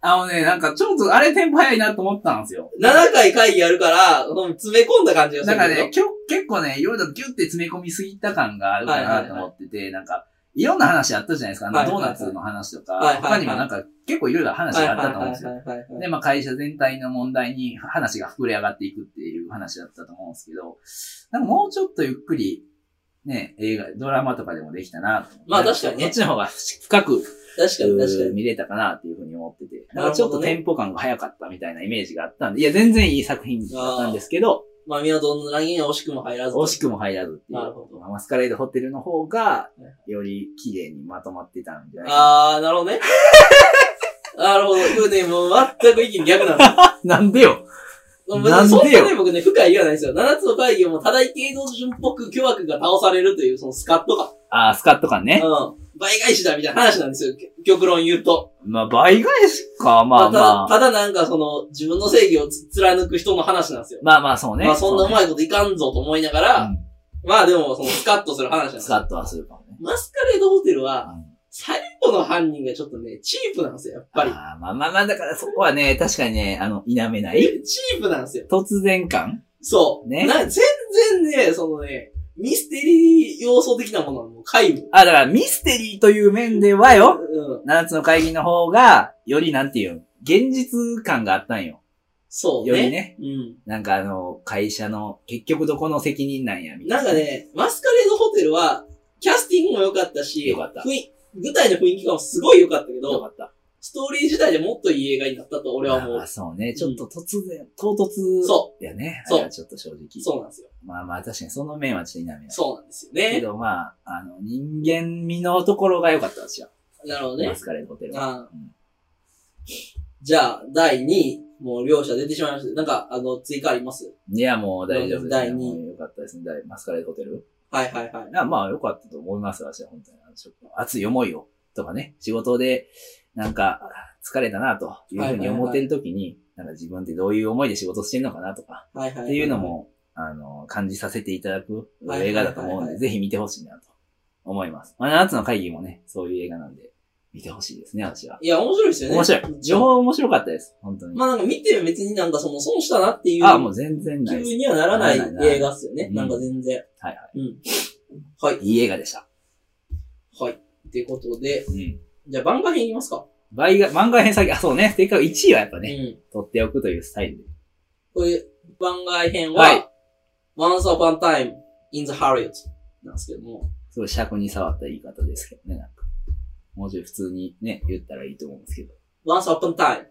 [SPEAKER 2] あのね、なんかちょっとあれテンポ早いなと思ったんですよ。
[SPEAKER 1] 7回会議やるから、この詰め込んだ感じがす
[SPEAKER 2] な
[SPEAKER 1] る
[SPEAKER 2] ん
[SPEAKER 1] けど。
[SPEAKER 2] かね、きょ結構ね、いろいろギュって詰め込みすぎた感があるかなと思ってて、なんか、いろんな話あったじゃないですか。あ
[SPEAKER 1] はい
[SPEAKER 2] の
[SPEAKER 1] はい
[SPEAKER 2] ドー
[SPEAKER 1] はい
[SPEAKER 2] ナツの話と
[SPEAKER 1] はいはい
[SPEAKER 2] か
[SPEAKER 1] は、い
[SPEAKER 2] 他にもなんか結構いろいろ話
[SPEAKER 1] はい
[SPEAKER 2] が
[SPEAKER 1] は
[SPEAKER 2] あ
[SPEAKER 1] い
[SPEAKER 2] ったと思
[SPEAKER 1] は
[SPEAKER 2] う
[SPEAKER 1] い
[SPEAKER 2] んですよ。
[SPEAKER 1] はいはい。
[SPEAKER 2] で、まあ会社全体の問題に話が膨れ上がっていくっていう話だったと思うんですけど、なんかもうちょっとゆっくり、ね、映画、ドラマとかでもできたなと思って
[SPEAKER 1] まあ確かにね
[SPEAKER 2] そっちの方が深く
[SPEAKER 1] 確かに確かに。
[SPEAKER 2] 見れたかなっていうふうに思ってて、
[SPEAKER 1] な
[SPEAKER 2] な
[SPEAKER 1] るほどね
[SPEAKER 2] んかちょっとテンポ感が早かったみたいなイメージがあったんで、いや、全然いい作品だったんですけど、
[SPEAKER 1] まあ、宮本のランキングには惜しくも入らず。
[SPEAKER 2] 惜しくも入らずっていう。
[SPEAKER 1] なるほど
[SPEAKER 2] まあマスカレードホテルの方が
[SPEAKER 1] いは、
[SPEAKER 2] より綺麗にまとまってたんじゃないか
[SPEAKER 1] あー、なるほどね。 なるほど。僕ね、もう全く意見逆なんですよ。
[SPEAKER 2] な。なんでよ
[SPEAKER 1] もう
[SPEAKER 2] なん
[SPEAKER 1] 別
[SPEAKER 2] でよ
[SPEAKER 1] にそんなね、僕ね、深い言わないですよ。7つの会議をもう、ただい芸能人っぽく巨悪が倒されるという、そのスカッとか。
[SPEAKER 2] ああ、スカット感
[SPEAKER 1] う
[SPEAKER 2] ね。
[SPEAKER 1] ん。倍返しだみたいな話なんですよ。極論言うと。
[SPEAKER 2] まあ、倍返しか、まあまあ。
[SPEAKER 1] ただ、ただなんかその、自分の正義をつ貫く人の話なんですよ。
[SPEAKER 2] まあまあ、そうね。
[SPEAKER 1] まあそんなう
[SPEAKER 2] う
[SPEAKER 1] まいこといかんぞと思いながら、
[SPEAKER 2] ね
[SPEAKER 1] まあでもそのスカッとする話なん
[SPEAKER 2] う
[SPEAKER 1] で
[SPEAKER 2] んス
[SPEAKER 1] すよ
[SPEAKER 2] カッとはするかもね。
[SPEAKER 1] マスカレードホテルは、
[SPEAKER 2] うん
[SPEAKER 1] 最後の犯人がちょっとね、チープなんですよ、やっぱり。
[SPEAKER 2] あーまあまあまあ、だからそこはね、確かにね、あの、否めない。
[SPEAKER 1] チープなんですよ。
[SPEAKER 2] 突然感
[SPEAKER 1] そう。
[SPEAKER 2] ね
[SPEAKER 1] な全然ね、そのね、ミステリー要素的なものはもう皆無。
[SPEAKER 2] あ、だからミステリーという面ではよ、
[SPEAKER 1] うん。
[SPEAKER 2] 7つの会議の方が、よりなんていうん、現実感があったんよ。
[SPEAKER 1] そうね。
[SPEAKER 2] よりね。
[SPEAKER 1] うん。
[SPEAKER 2] なんかあの、会社の、結局どこの責任なんや、みた
[SPEAKER 1] ないん
[SPEAKER 2] な。
[SPEAKER 1] かね、マスカレードホテルは、キャスティングも良かったし、
[SPEAKER 2] 良かった
[SPEAKER 1] 雰囲舞台の雰囲気感もすごい良かったけ
[SPEAKER 2] よ
[SPEAKER 1] ど、
[SPEAKER 2] かった。
[SPEAKER 1] ストーリー自体でもっといい映画になったと俺は思
[SPEAKER 2] あー
[SPEAKER 1] う。
[SPEAKER 2] そうね。ちょっと突然、唐突。。
[SPEAKER 1] そう
[SPEAKER 2] やね。
[SPEAKER 1] そう
[SPEAKER 2] あれはちょっと正直。
[SPEAKER 1] そうなんですよ。
[SPEAKER 2] まあまあ、確かにその面はちょっと否めない。
[SPEAKER 1] そうなんですよ
[SPEAKER 2] け
[SPEAKER 1] ね。
[SPEAKER 2] どまあ、あの、人間味のところが良かった私は。
[SPEAKER 1] なるほど
[SPEAKER 2] マ
[SPEAKER 1] ね。
[SPEAKER 2] スカレードホテルは。
[SPEAKER 1] あ
[SPEAKER 2] うん
[SPEAKER 1] じゃあ、第2位。もう両者出てしまいました。なんか、あの、追加あります
[SPEAKER 2] いや、もう大丈夫です、ね。
[SPEAKER 1] 第二位
[SPEAKER 2] もう良かったですね。大マスカレードホテル。
[SPEAKER 1] はいはいはい。
[SPEAKER 2] あまあ、良かったと思います、私は。本当に。あのちょっと熱い思いを。とかね。仕事で、なんか、疲れたな、というふうに思ってる時に、なんか自分ってどういう思いで仕事してるのかな、とか。
[SPEAKER 1] はいはい、はい。
[SPEAKER 2] っていうの。も、あの、感じさせていただく
[SPEAKER 1] はいはい
[SPEAKER 2] 映画だと思う
[SPEAKER 1] はいは
[SPEAKER 2] んで、
[SPEAKER 1] い
[SPEAKER 2] ぜひ見てほしいなと思います。まあ、7つの会議もね、そういう映画なんで、見てほしいですね、私は。
[SPEAKER 1] いや、面白いですよね。
[SPEAKER 2] 面白い。情報面白かったです。本当に。
[SPEAKER 1] まあなんか見て別になんかその損したなっていう
[SPEAKER 2] あ、もう全然
[SPEAKER 1] 気
[SPEAKER 2] ない
[SPEAKER 1] 分
[SPEAKER 2] です。
[SPEAKER 1] にはならない
[SPEAKER 2] ないないない
[SPEAKER 1] 映画っすよね。
[SPEAKER 2] うん
[SPEAKER 1] なんか全然。
[SPEAKER 2] はい
[SPEAKER 1] うん。はい。
[SPEAKER 2] いい映画でした。
[SPEAKER 1] はい。ってことで、
[SPEAKER 2] うん。
[SPEAKER 1] じゃあ番外編いきますか。
[SPEAKER 2] 倍が、漫画編先、あ、そうね。正解は1位はやっぱ
[SPEAKER 1] う
[SPEAKER 2] ね、
[SPEAKER 1] ん。
[SPEAKER 2] 取っておくというスタイルで。
[SPEAKER 1] これ、番外編
[SPEAKER 2] はい
[SPEAKER 1] は、Once Upon a Time in the Harriet なんですけども、
[SPEAKER 2] すごい尺に触った言い方ですけどね、なんか。もうちょい普通にね、言ったらいいと思うんですけど。
[SPEAKER 1] Once Upon a Time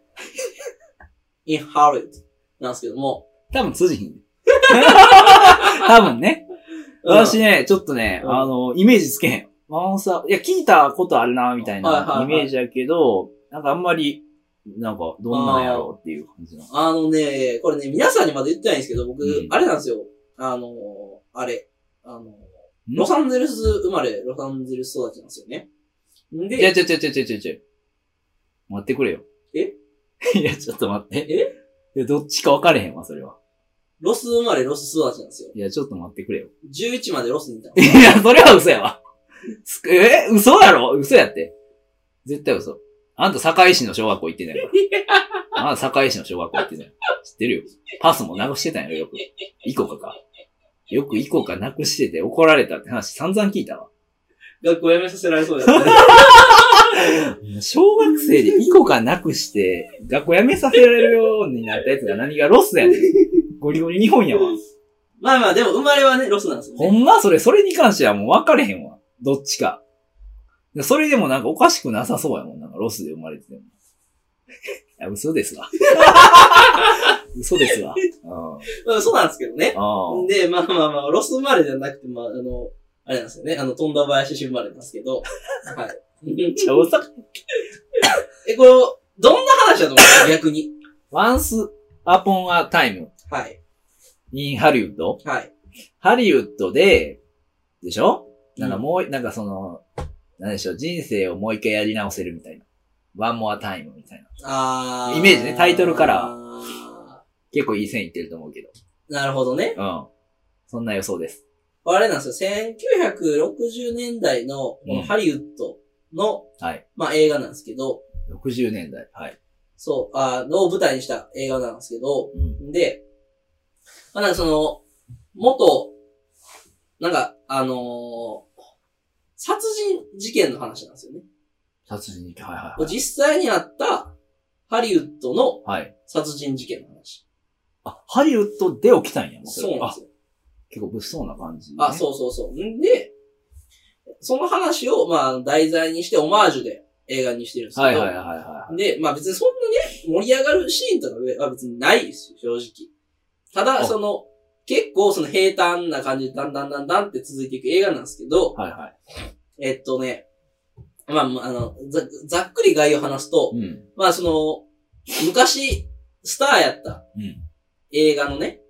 [SPEAKER 1] in Harriet なんですけども、
[SPEAKER 2] 多分通じひ ん。多分ね。私ね、ちょっとね、
[SPEAKER 1] うん
[SPEAKER 2] あの、イメージつけへん。ワンサー、いや、聞いたことあるな、みたい
[SPEAKER 1] はいはい
[SPEAKER 2] な
[SPEAKER 1] はい
[SPEAKER 2] イメージやけど、なんかあんまり、なんか、どんなんやろうっていう感じの。
[SPEAKER 1] あのね、これね、皆さんにまだ言ってないんですけど、僕、
[SPEAKER 2] うん
[SPEAKER 1] あれなんですよ。あのー、あれ。あのー、ロサンゼルス生まれ、ロサンゼルス育ちなんですよね。ん
[SPEAKER 2] いや、
[SPEAKER 1] で、
[SPEAKER 2] ちょちょちょちょちょちょ。待ってくれよ。
[SPEAKER 1] え
[SPEAKER 2] いや、ちょっと待って。えいや、どっちか分かれへんわ、それは。
[SPEAKER 1] ロス生まれ、ロス育ちなんですよ。
[SPEAKER 2] いや、ちょっと待ってくれよ。
[SPEAKER 1] 11までロスにいたの。
[SPEAKER 2] いや、それは嘘やわ。すえ嘘やろ嘘やって。絶対嘘。あんた堺市の小学校行ってないから。あんた堺市の小学校行ってない。知ってるよ。パスもなくしてたんやろ、よく。イコカか。よくイコカなくしてて怒られたって話散々聞いたわ。
[SPEAKER 1] 学校辞めさせられそうだったね。
[SPEAKER 2] 小学生でイコカなくして、学校辞めさせられるようになったやつが何がロスやねん。ゴリゴリ日本やわ。
[SPEAKER 1] まあまあ、でも生まれはね、ロスなんですよ
[SPEAKER 2] ほ
[SPEAKER 1] ね。
[SPEAKER 2] んまそれ、それに関してはもう分かれへんわ。どっちか。それでもなんかおかしくなさそうやもん。なんかロスで生まれてても。 いや、嘘ですわ。 嘘ですわ。うん。
[SPEAKER 1] まあ、そうなんですけどね。
[SPEAKER 2] うん。
[SPEAKER 1] で、まあまあまあ、ロス生まれじゃなくて、まあ、あの、あれなんですよね。あの、富田林市生まれなんですけど。はい。
[SPEAKER 2] じゃあ、大阪、
[SPEAKER 1] え、これ、どんな話だと思う逆に。
[SPEAKER 2] ワンス、アポンアタイム、
[SPEAKER 1] はい。
[SPEAKER 2] インハリウッド
[SPEAKER 1] はい。
[SPEAKER 2] ハリウッドで、でしょなんかもう、なんかその、なんでしょう、人生をもう一回やり直せるみたいな。ワンモアタイムみたいな。
[SPEAKER 1] あー
[SPEAKER 2] イメージねタイトルから
[SPEAKER 1] あ
[SPEAKER 2] 結構いい線いってると思うけど。
[SPEAKER 1] ーなるほどね。
[SPEAKER 2] うん。そんな予想です。
[SPEAKER 1] あれなんですよ。1960年代の、こ
[SPEAKER 2] うん
[SPEAKER 1] のハリウッドの、
[SPEAKER 2] はい。
[SPEAKER 1] まあ映画なんですけど、
[SPEAKER 2] 60年代。はい。
[SPEAKER 1] そう、あの、を舞台にした映画なんですけど、で、まあ、なんかその、元、なんか、あのー殺人事件の話なんですよね。
[SPEAKER 2] 殺人事件。はいはい
[SPEAKER 1] 実際にあった、ハリウッドの
[SPEAKER 2] はい。はい。
[SPEAKER 1] 殺人事件の話。
[SPEAKER 2] あ、ハリウッドで起きたんや。もれ
[SPEAKER 1] そうなんですよ。
[SPEAKER 2] あ、結構物騒な感じ、
[SPEAKER 1] あ、そうそうそう。んで、その話を、まあ、題材にして、オマージュで映画にしてるんですけど、
[SPEAKER 2] はいはいはいはいはい。
[SPEAKER 1] で、まあ別にそんなね、盛り上がるシーンとかは別にないですよ、正直。ただ、
[SPEAKER 2] あ
[SPEAKER 1] その、結構その平坦な感じでだんだんだんだんって続いていく映画なんですけど、
[SPEAKER 2] はいはい。
[SPEAKER 1] えっとね、まあ、まああの、ざ、ざっくり概要を話すと、
[SPEAKER 2] うん。
[SPEAKER 1] まあその、昔、スターやった
[SPEAKER 2] うん。
[SPEAKER 1] 映画のね、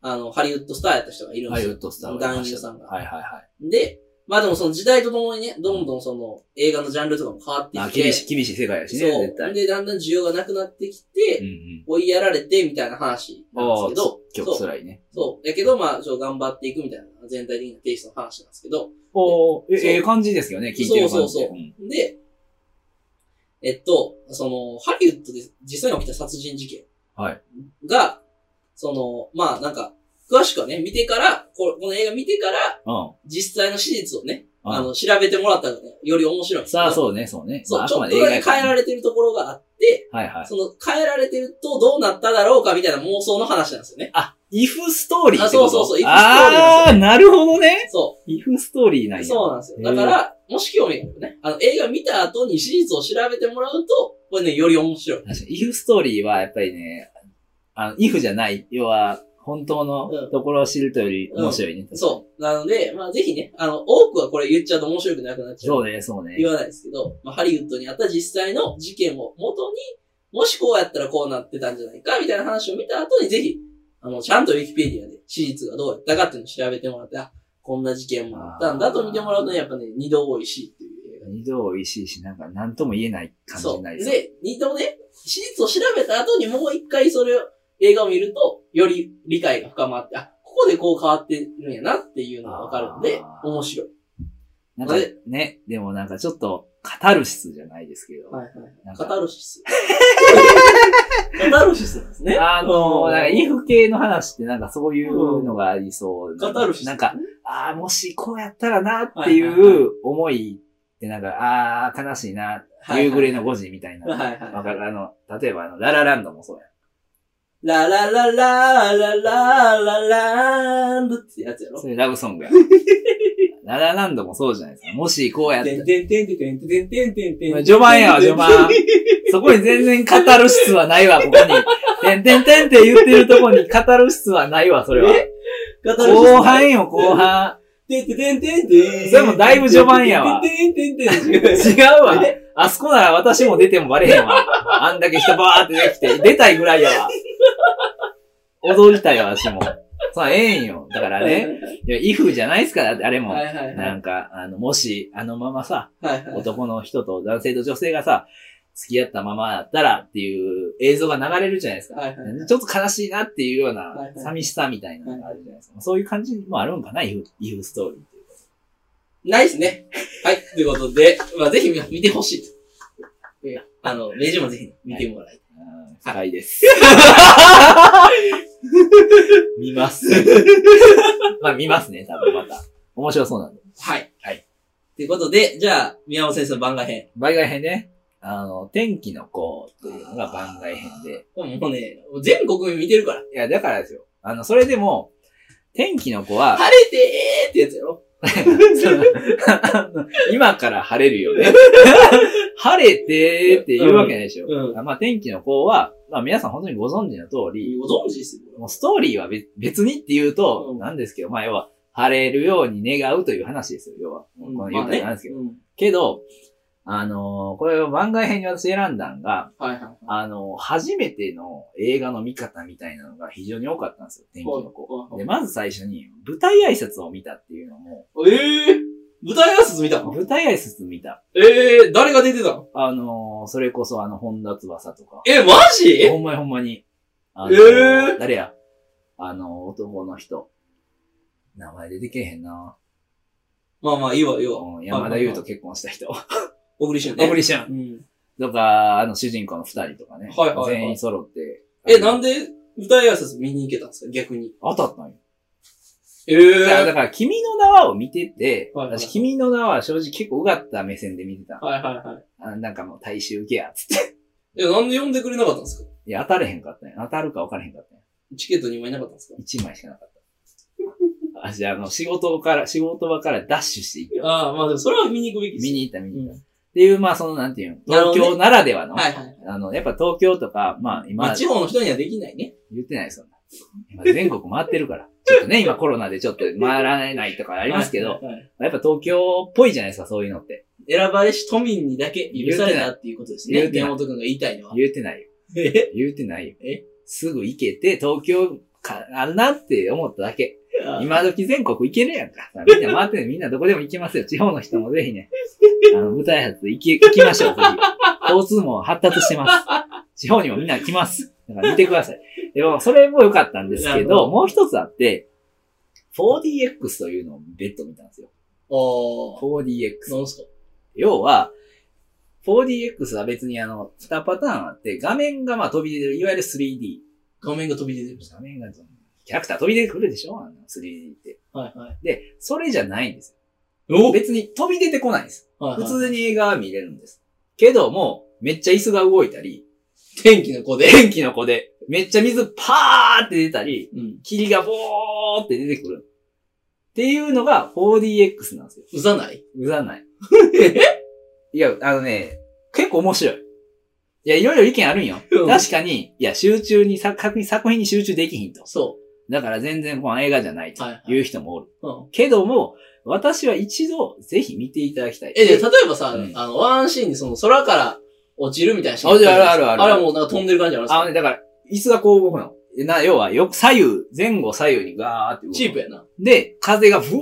[SPEAKER 1] あの、ハリウッドスターやった人がいるん
[SPEAKER 2] ハ
[SPEAKER 1] で
[SPEAKER 2] リ
[SPEAKER 1] す
[SPEAKER 2] ウ
[SPEAKER 1] よ。
[SPEAKER 2] ッドスター
[SPEAKER 1] 男優さんが
[SPEAKER 2] はいはいは
[SPEAKER 1] で、まあでもその時代とともにね、どんどんその映画のジャンルとかも変わって
[SPEAKER 2] い。まあ、
[SPEAKER 1] きて、
[SPEAKER 2] 厳しい、厳しい世界やしね、
[SPEAKER 1] そ
[SPEAKER 2] 絶
[SPEAKER 1] う。
[SPEAKER 2] 対。
[SPEAKER 1] で、だんだん需要がなくなってきて、
[SPEAKER 2] うんうん。
[SPEAKER 1] 追いやられてみたいな話なんですけど、
[SPEAKER 2] 今日辛いね。
[SPEAKER 1] そう。やけど、まあ、ちょっと頑張っていくみたいな、全体的なテイストの話なんですけど、
[SPEAKER 2] おー、
[SPEAKER 1] そう
[SPEAKER 2] え、ええ感じですよね、聞いてる感じで。
[SPEAKER 1] そうそうそで、えっと、その、ハリウッドで実際に起きた殺人事件
[SPEAKER 2] はい
[SPEAKER 1] が、その、まあ、なんか、詳しくはね、見てから、ここの映画見てから、
[SPEAKER 2] うん。
[SPEAKER 1] 実際の史実をね、
[SPEAKER 2] うん
[SPEAKER 1] あの、調べてもらったらね、より面白いんですけど。
[SPEAKER 2] さあ、そうね、そうね。
[SPEAKER 1] そう
[SPEAKER 2] まあ
[SPEAKER 1] ちょっと
[SPEAKER 2] あくま
[SPEAKER 1] だ
[SPEAKER 2] で
[SPEAKER 1] け変えら
[SPEAKER 2] れ
[SPEAKER 1] れてるところがあって、
[SPEAKER 2] はいはい。
[SPEAKER 1] その、変えられてるとどうなっただろうかみたいな妄想の話なんですよね。
[SPEAKER 2] あ、イフストーリー
[SPEAKER 1] あ
[SPEAKER 2] ってこと
[SPEAKER 1] そうそうそう if
[SPEAKER 2] あー、なるほどね。
[SPEAKER 1] そう。
[SPEAKER 2] イフストーリーなんや。
[SPEAKER 1] そうなんですよ。だから、もし興味があるね、あの、映画見た後に史実を調べてもらうと、これね、より面白い。
[SPEAKER 2] 確かに、イフストーリーはやっぱりね、あの、イフじゃない、要は、本当
[SPEAKER 1] う
[SPEAKER 2] の
[SPEAKER 1] ん
[SPEAKER 2] ところを知るとより面白いね。
[SPEAKER 1] そう。なので、まあ、ぜひね、あの、多くはこれ言っちゃうと面白くなくなっちゃう。
[SPEAKER 2] そうね、そうね。
[SPEAKER 1] 言わないですけど、まあ、ハリウッドにあった実際の事件を元に、もしこうやったらこうなってたんじゃないか、みたいな話を見た後に、ぜひ、あの、ちゃんとウィキペディアで史実がどうやったかっていうのを調べてもらって、あ、こんな事件もあったんだと見てもらうとね、やっぱね、二度美味しいっていう映画に。
[SPEAKER 2] 二度美味しいし、なんか何とも言えない感じ
[SPEAKER 1] そ
[SPEAKER 2] に
[SPEAKER 1] う。
[SPEAKER 2] なりそう。
[SPEAKER 1] で、二度ね、史実を調べた後にもう一回それを、映画を見ると、より理解が深まって、あ、ここでこう変わってるんやなっていうのがわかるんで
[SPEAKER 2] あ、ー
[SPEAKER 1] 面白い。
[SPEAKER 2] なんか
[SPEAKER 1] あれ
[SPEAKER 2] ね、でもなんかちょっとカタルシスじゃないですけど、
[SPEAKER 1] はいはい。
[SPEAKER 2] なん
[SPEAKER 1] カ
[SPEAKER 2] か
[SPEAKER 1] タルシス。カタルシスなんですね。
[SPEAKER 2] あの、
[SPEAKER 1] うん
[SPEAKER 2] なんか、イフ系の話ってなんかそういうのがありそう。
[SPEAKER 1] カタルシス。
[SPEAKER 2] なんか、、ああ、もしこうやったらなって
[SPEAKER 1] はいはいはい
[SPEAKER 2] いう思いってなんか、ああ、悲しいな、夕暮れの5時みたいな。
[SPEAKER 1] はいはいはい
[SPEAKER 2] わかるあの、例えばあの、ララランドもそうやん。
[SPEAKER 1] ララララララララーンドってやつやろ
[SPEAKER 2] そ。れラブソン グやん。ララランドもそうじゃないですか。もしこうやった
[SPEAKER 1] てん
[SPEAKER 2] ら。
[SPEAKER 1] てんてんてんてんてんてんてんてん。
[SPEAKER 2] 序盤やわ、序盤。そこに全然カタルシスはないわ、ここに。てんてんてんって言ってるとこにカタルシスはないわ、それは。
[SPEAKER 1] カタルシス。
[SPEAKER 2] 後半よ、後半。
[SPEAKER 1] てんてんてんてんてん。
[SPEAKER 2] それもだいぶ序盤やわ
[SPEAKER 1] てんてんてんてんてん。
[SPEAKER 2] 違うわ。あそこなら私も出てもバレへんわ。あんだけ人バーってできて、出たいぐらいやわ。踊りたいわ、私も。そう、ええんよ。だからね、いや、イフじゃないですから、あれも。
[SPEAKER 1] はいはいはい。
[SPEAKER 2] なんか、あの、もし、あのままさ、
[SPEAKER 1] はいはい。
[SPEAKER 2] 男の人と男性と女性がさ、付き合ったままだったらっていう映像が流れるじゃないですか。
[SPEAKER 1] はいはい。
[SPEAKER 2] ちょっと悲しいなっていうようない
[SPEAKER 1] はい
[SPEAKER 2] 寂しさみたいなのがあるじゃないですか。そういう感じもあるんかな、イフ、イフストーリーっていうか。
[SPEAKER 1] ないですね。はい。ということで、まあぜひ見てほしいと。あの、レジもぜひ見てもらいたい。
[SPEAKER 2] うん深 いです。見ます。まあ見ますね、多分また。面白そうなんで。
[SPEAKER 1] はい。
[SPEAKER 2] はい。
[SPEAKER 1] ということで、じゃあ、宮本先生の番外編。
[SPEAKER 2] 番外編ね。あの、天気の子というのが番外編で。
[SPEAKER 1] もうね、全国民見てるから。
[SPEAKER 2] いや、だからですよ。あの、それでも、天気の子は、
[SPEAKER 1] 晴れてーってやつやろ。
[SPEAKER 2] その 今から晴れる よね。晴れてーって言うわけないでしょ。
[SPEAKER 1] うん。
[SPEAKER 2] まあ、天気の子は、まあ皆さん本当にご存知の通り、
[SPEAKER 1] ご存知ですよ。
[SPEAKER 2] もうストーリーは別別にって言うと、
[SPEAKER 1] うん
[SPEAKER 2] なんですけど、まあ要は、晴れるように願うという話ですよ、要は。この言うたらなんですけど。
[SPEAKER 1] まあねうん
[SPEAKER 2] けど、あのーこれを番外編に私選んだんが、
[SPEAKER 1] はいはいはい。
[SPEAKER 2] あのー初めての映画の見方みたいなのが非常に多かったんですよ、天気の
[SPEAKER 1] ほうほうほ
[SPEAKER 2] 子。
[SPEAKER 1] う
[SPEAKER 2] で、まず最初に、舞台挨拶を見たっていうのも、
[SPEAKER 1] ええー、舞台挨拶見たの
[SPEAKER 2] 舞台挨拶見た。
[SPEAKER 1] ええー、誰が出てたの
[SPEAKER 2] あのーそれこそあの、本田翼とか。
[SPEAKER 1] え、マジ
[SPEAKER 2] ほんまにほんまに。あの
[SPEAKER 1] え
[SPEAKER 2] 誰やあの、男の人。名前出てけえへんな。
[SPEAKER 1] まあまあ、いいわ、いいわ
[SPEAKER 2] うん。山田
[SPEAKER 1] はいはい
[SPEAKER 2] 優と
[SPEAKER 1] はい。
[SPEAKER 2] 結婚した人。
[SPEAKER 1] 小栗旬ね。
[SPEAKER 2] 小栗旬。
[SPEAKER 1] うん。
[SPEAKER 2] とか、あの、主人公の二人とかね。
[SPEAKER 1] はいはいはい
[SPEAKER 2] 全員揃って。
[SPEAKER 1] え、なん
[SPEAKER 2] で
[SPEAKER 1] で舞台挨拶見に行けたんですか逆に。
[SPEAKER 2] 当たったんよ。
[SPEAKER 1] え
[SPEAKER 2] だから、
[SPEAKER 1] え
[SPEAKER 2] だから君の名はを見てて、
[SPEAKER 1] はいはいはい
[SPEAKER 2] 私、君の名は正直結構うがった目線で見てた。
[SPEAKER 1] はいはいはい。
[SPEAKER 2] あなんかもう大衆ケアっつって。
[SPEAKER 1] え、なんで呼んでくれなかったんですか
[SPEAKER 2] いや、当たれへんかったんや当たるか分からへんかったんや
[SPEAKER 1] チケット2枚なかったんですか
[SPEAKER 2] 一枚しかなかった。あ、 じゃあ、あの、仕事から、仕事場からダッシュしていった。
[SPEAKER 1] ああ、まあでもそれは見に行くべきです。
[SPEAKER 2] 見
[SPEAKER 1] に
[SPEAKER 2] に行った、見に行った。
[SPEAKER 1] う
[SPEAKER 2] っていう、まあ、その、なんていうの、
[SPEAKER 1] なるほど
[SPEAKER 2] 東
[SPEAKER 1] ね
[SPEAKER 2] 京ならではの、
[SPEAKER 1] はいはい。
[SPEAKER 2] あの、やっぱ東京とか、まあ、
[SPEAKER 1] ま
[SPEAKER 2] 今
[SPEAKER 1] あ、、地方の人にはできないね。
[SPEAKER 2] 言ってないですよ。今全国回って るから。ちょっとね、今コロナでちょっと回らないとかあ
[SPEAKER 1] あ
[SPEAKER 2] りますけど、。
[SPEAKER 1] はい
[SPEAKER 2] まあやっぱ東京っぽいじゃないですか、そういうのって。
[SPEAKER 1] 選ばれし都民にだけ許されたっていうことです
[SPEAKER 2] 言
[SPEAKER 1] ね。
[SPEAKER 2] うてない
[SPEAKER 1] 宮本くんが言いたいのは。
[SPEAKER 2] 言ってないよ。
[SPEAKER 1] え
[SPEAKER 2] 言ってないよ。
[SPEAKER 1] え
[SPEAKER 2] すぐ行けて、東京か、あんなって思っただけ。今時全国行けるやんか。さあみんな回ってね、みんなどこでも行けますよ。地方の人もぜひね、あの、舞台発行き、行きましょう、ぜひ。交通も発達してます。地方にもみんな来ます。だから見てください。でも、それも良かったんです
[SPEAKER 1] な
[SPEAKER 2] け
[SPEAKER 1] るほ
[SPEAKER 2] ど、
[SPEAKER 1] ど
[SPEAKER 2] もう一つあって、4DX というのを別途見たんですよ。
[SPEAKER 1] おー。
[SPEAKER 2] 4DX。
[SPEAKER 1] 何すか
[SPEAKER 2] 要は、4DX は別にあの、2パターンあって、画面がまあ飛び出てる、いわゆる 3D。
[SPEAKER 1] 画面が飛び出てるんです
[SPEAKER 2] 画面が、キャラクター飛び出てくるでしょあの 3D って。
[SPEAKER 1] かはいはい。
[SPEAKER 2] で、それじゃないんです
[SPEAKER 1] お
[SPEAKER 2] よ。別に飛び出てこないんです。
[SPEAKER 1] はい
[SPEAKER 2] 普
[SPEAKER 1] はい
[SPEAKER 2] 通に映画は見れるんです。けども、めっちゃ椅子が動いたり、
[SPEAKER 1] 天気の子で。
[SPEAKER 2] 天気の子で、めっちゃ水パーって出たり、
[SPEAKER 1] うん。
[SPEAKER 2] 霧がボーって出てくる。っていうのが 4DX なんですよ。
[SPEAKER 1] うざないう
[SPEAKER 2] ざ ない。いや、あのね、結構面白い。いや、いろいろ意見あるんよ。
[SPEAKER 1] うん
[SPEAKER 2] 確かに、いや、集中に、作品、作品に集中できひんと。
[SPEAKER 1] そ
[SPEAKER 2] だから全然この映画じゃないと
[SPEAKER 1] はいはい
[SPEAKER 2] いう人もおる。
[SPEAKER 1] う。うん。
[SPEAKER 2] けども、私は一度、ぜひ見ていただきたい。
[SPEAKER 1] え、で、例えばさ
[SPEAKER 2] うん、
[SPEAKER 1] あの、ワンシーンにその空から落ちるみたいなシーン
[SPEAKER 2] あるあるあるある
[SPEAKER 1] あれはもうなんか飛んでる感じあるんです
[SPEAKER 2] あの
[SPEAKER 1] か
[SPEAKER 2] ね、だから、椅子がこう動くの。な、要は、よく左右、前後左右にガーって動く。
[SPEAKER 1] チープやな。
[SPEAKER 2] で、風がふわ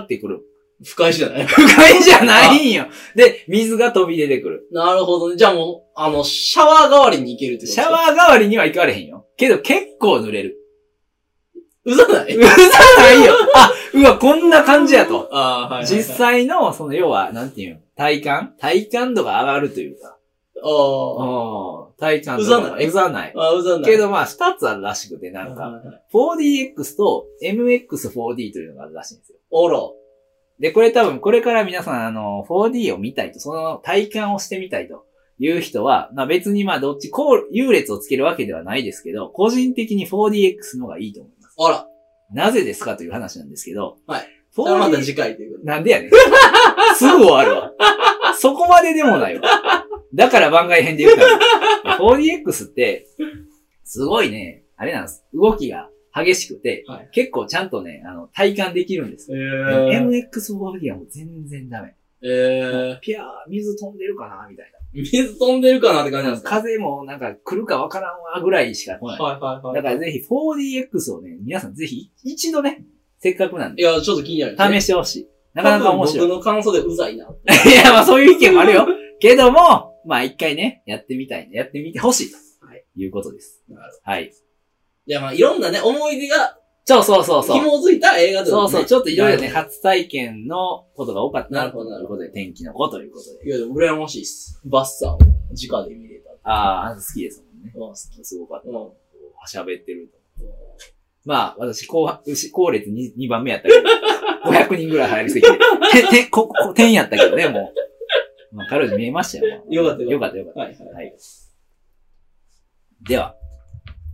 [SPEAKER 2] ーってくる。
[SPEAKER 1] 不快じゃない
[SPEAKER 2] 不快じゃないんよ。で、水が飛び出てくる。
[SPEAKER 1] なるほどね。じゃあもう、あの、シャワー代わりに行けるってこと
[SPEAKER 2] シャワー代わりには行かれへんよ。けど、結構濡れる。
[SPEAKER 1] ーうざないう
[SPEAKER 2] ざないよ。あ、うわ、こんな感じやと。
[SPEAKER 1] ああ、はいはいはい。
[SPEAKER 2] 実際の、その、要は、なんていうの体感体感度が上がるというか。
[SPEAKER 1] あ
[SPEAKER 2] うん。体感度
[SPEAKER 1] うざ
[SPEAKER 2] が。
[SPEAKER 1] ない
[SPEAKER 2] えうざない。
[SPEAKER 1] あ。ああ、うざない。
[SPEAKER 2] けどまあ、二つあるらしくて、なん
[SPEAKER 1] はい
[SPEAKER 2] か、
[SPEAKER 1] はいはい、
[SPEAKER 2] 4DX と MX4D というのがあるらしいんですよ。
[SPEAKER 1] おろ。
[SPEAKER 2] で、これ多分、これから皆さん、あの、4D を見たいと、その体感をしてみたいという人は、まあ別にまあ、どっち、こう、優劣をつけるわけではないですけど、個人的に 4DX の方がいいと思います。
[SPEAKER 1] あら。
[SPEAKER 2] なぜですかという話なんですけど、
[SPEAKER 1] はい。それはまた
[SPEAKER 2] 4D、
[SPEAKER 1] 次回ということで。
[SPEAKER 2] なんでやねん。すぐ終わるわ。そこまででもないわ。だから番外編で言うから。4DX って、すごいね、あれなんです。動きが激しくて、
[SPEAKER 1] はい
[SPEAKER 2] 結構ちゃんとね、あの、体感できるんです。
[SPEAKER 1] え
[SPEAKER 2] MX4D はもう全然ダメ。
[SPEAKER 1] えー、
[SPEAKER 2] ピャー、水飛んでるかなみたい
[SPEAKER 1] 水飛んでるかなって感じなん
[SPEAKER 2] な。
[SPEAKER 1] ですか
[SPEAKER 2] 風もなんか来るかわからんわぐらいしか来ない。
[SPEAKER 1] はいはいはい。
[SPEAKER 2] だからぜひ 4DX をね、皆さんぜひ一度ね、せっかくなん
[SPEAKER 1] い
[SPEAKER 2] で、
[SPEAKER 1] や、ちょっと気になる、
[SPEAKER 2] 試してほしい。なかなか面白
[SPEAKER 1] 多
[SPEAKER 2] い。
[SPEAKER 1] 分僕の感想でうざいな。
[SPEAKER 2] いや、 まあそういう意見もあるよ。けども、まあ一回ね、やってみたいね。やってみてほしいと。
[SPEAKER 1] はい
[SPEAKER 2] い。うことです。
[SPEAKER 1] なるほ
[SPEAKER 2] はい。
[SPEAKER 1] いや、まあ、いろんなね、思い出が
[SPEAKER 2] そうそうそうそう。
[SPEAKER 1] 紐づいた映画という
[SPEAKER 2] そ
[SPEAKER 1] こ
[SPEAKER 2] う
[SPEAKER 1] と
[SPEAKER 2] そう。
[SPEAKER 1] ですね。
[SPEAKER 2] ちょっといろいろ
[SPEAKER 1] な
[SPEAKER 2] ね、
[SPEAKER 1] る
[SPEAKER 2] 初体験のことが多かった
[SPEAKER 1] な
[SPEAKER 2] な、
[SPEAKER 1] るほ
[SPEAKER 2] と
[SPEAKER 1] ど
[SPEAKER 2] いうことで、天気の子ということで。
[SPEAKER 1] いや、でも羨ましいっす。バッサーを直で見れた。
[SPEAKER 2] ああ、好きですもんね。
[SPEAKER 1] うん。
[SPEAKER 2] すごかった。
[SPEAKER 1] うん。
[SPEAKER 2] 喋ってると。まあ、私、後半、牛後列 2, 2番目やったけど、500人ぐらい入りすぎて。て、て、こ、こ、点やったけどね、もう。まあ、彼女見えましたよ。まあ
[SPEAKER 1] よかった
[SPEAKER 2] よ
[SPEAKER 1] よ
[SPEAKER 2] かった、よかっ
[SPEAKER 1] はいはい。
[SPEAKER 2] た。はい。では、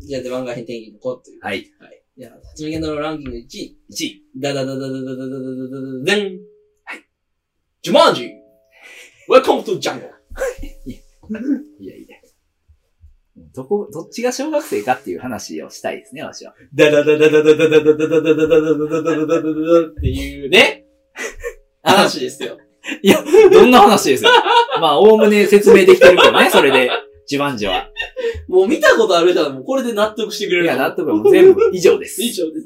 [SPEAKER 1] じゃあ、で、漫画編転機の子という。
[SPEAKER 2] はい。
[SPEAKER 1] はい。じゃあ、辰巳健太郎ランキング1位。
[SPEAKER 2] 1位。
[SPEAKER 1] ダダダダダダダダダダダダダン。はい。ジュマンジ !Welcome to jungle!
[SPEAKER 2] いやいや。どこ、どっちが小学生かっていう話をしたいですね、私は。
[SPEAKER 1] ダダダダダダダダダダダダダダダダダダダダっていうね、話ですよ。
[SPEAKER 2] いや、どんな話ですよ。まあ、おおむね説明できてるけどね、それで、ジバンジは。
[SPEAKER 1] もう見たことある人はもうこれで納得してく
[SPEAKER 2] い
[SPEAKER 1] れる。
[SPEAKER 2] や、納得はもう全部以上です。
[SPEAKER 1] 以上で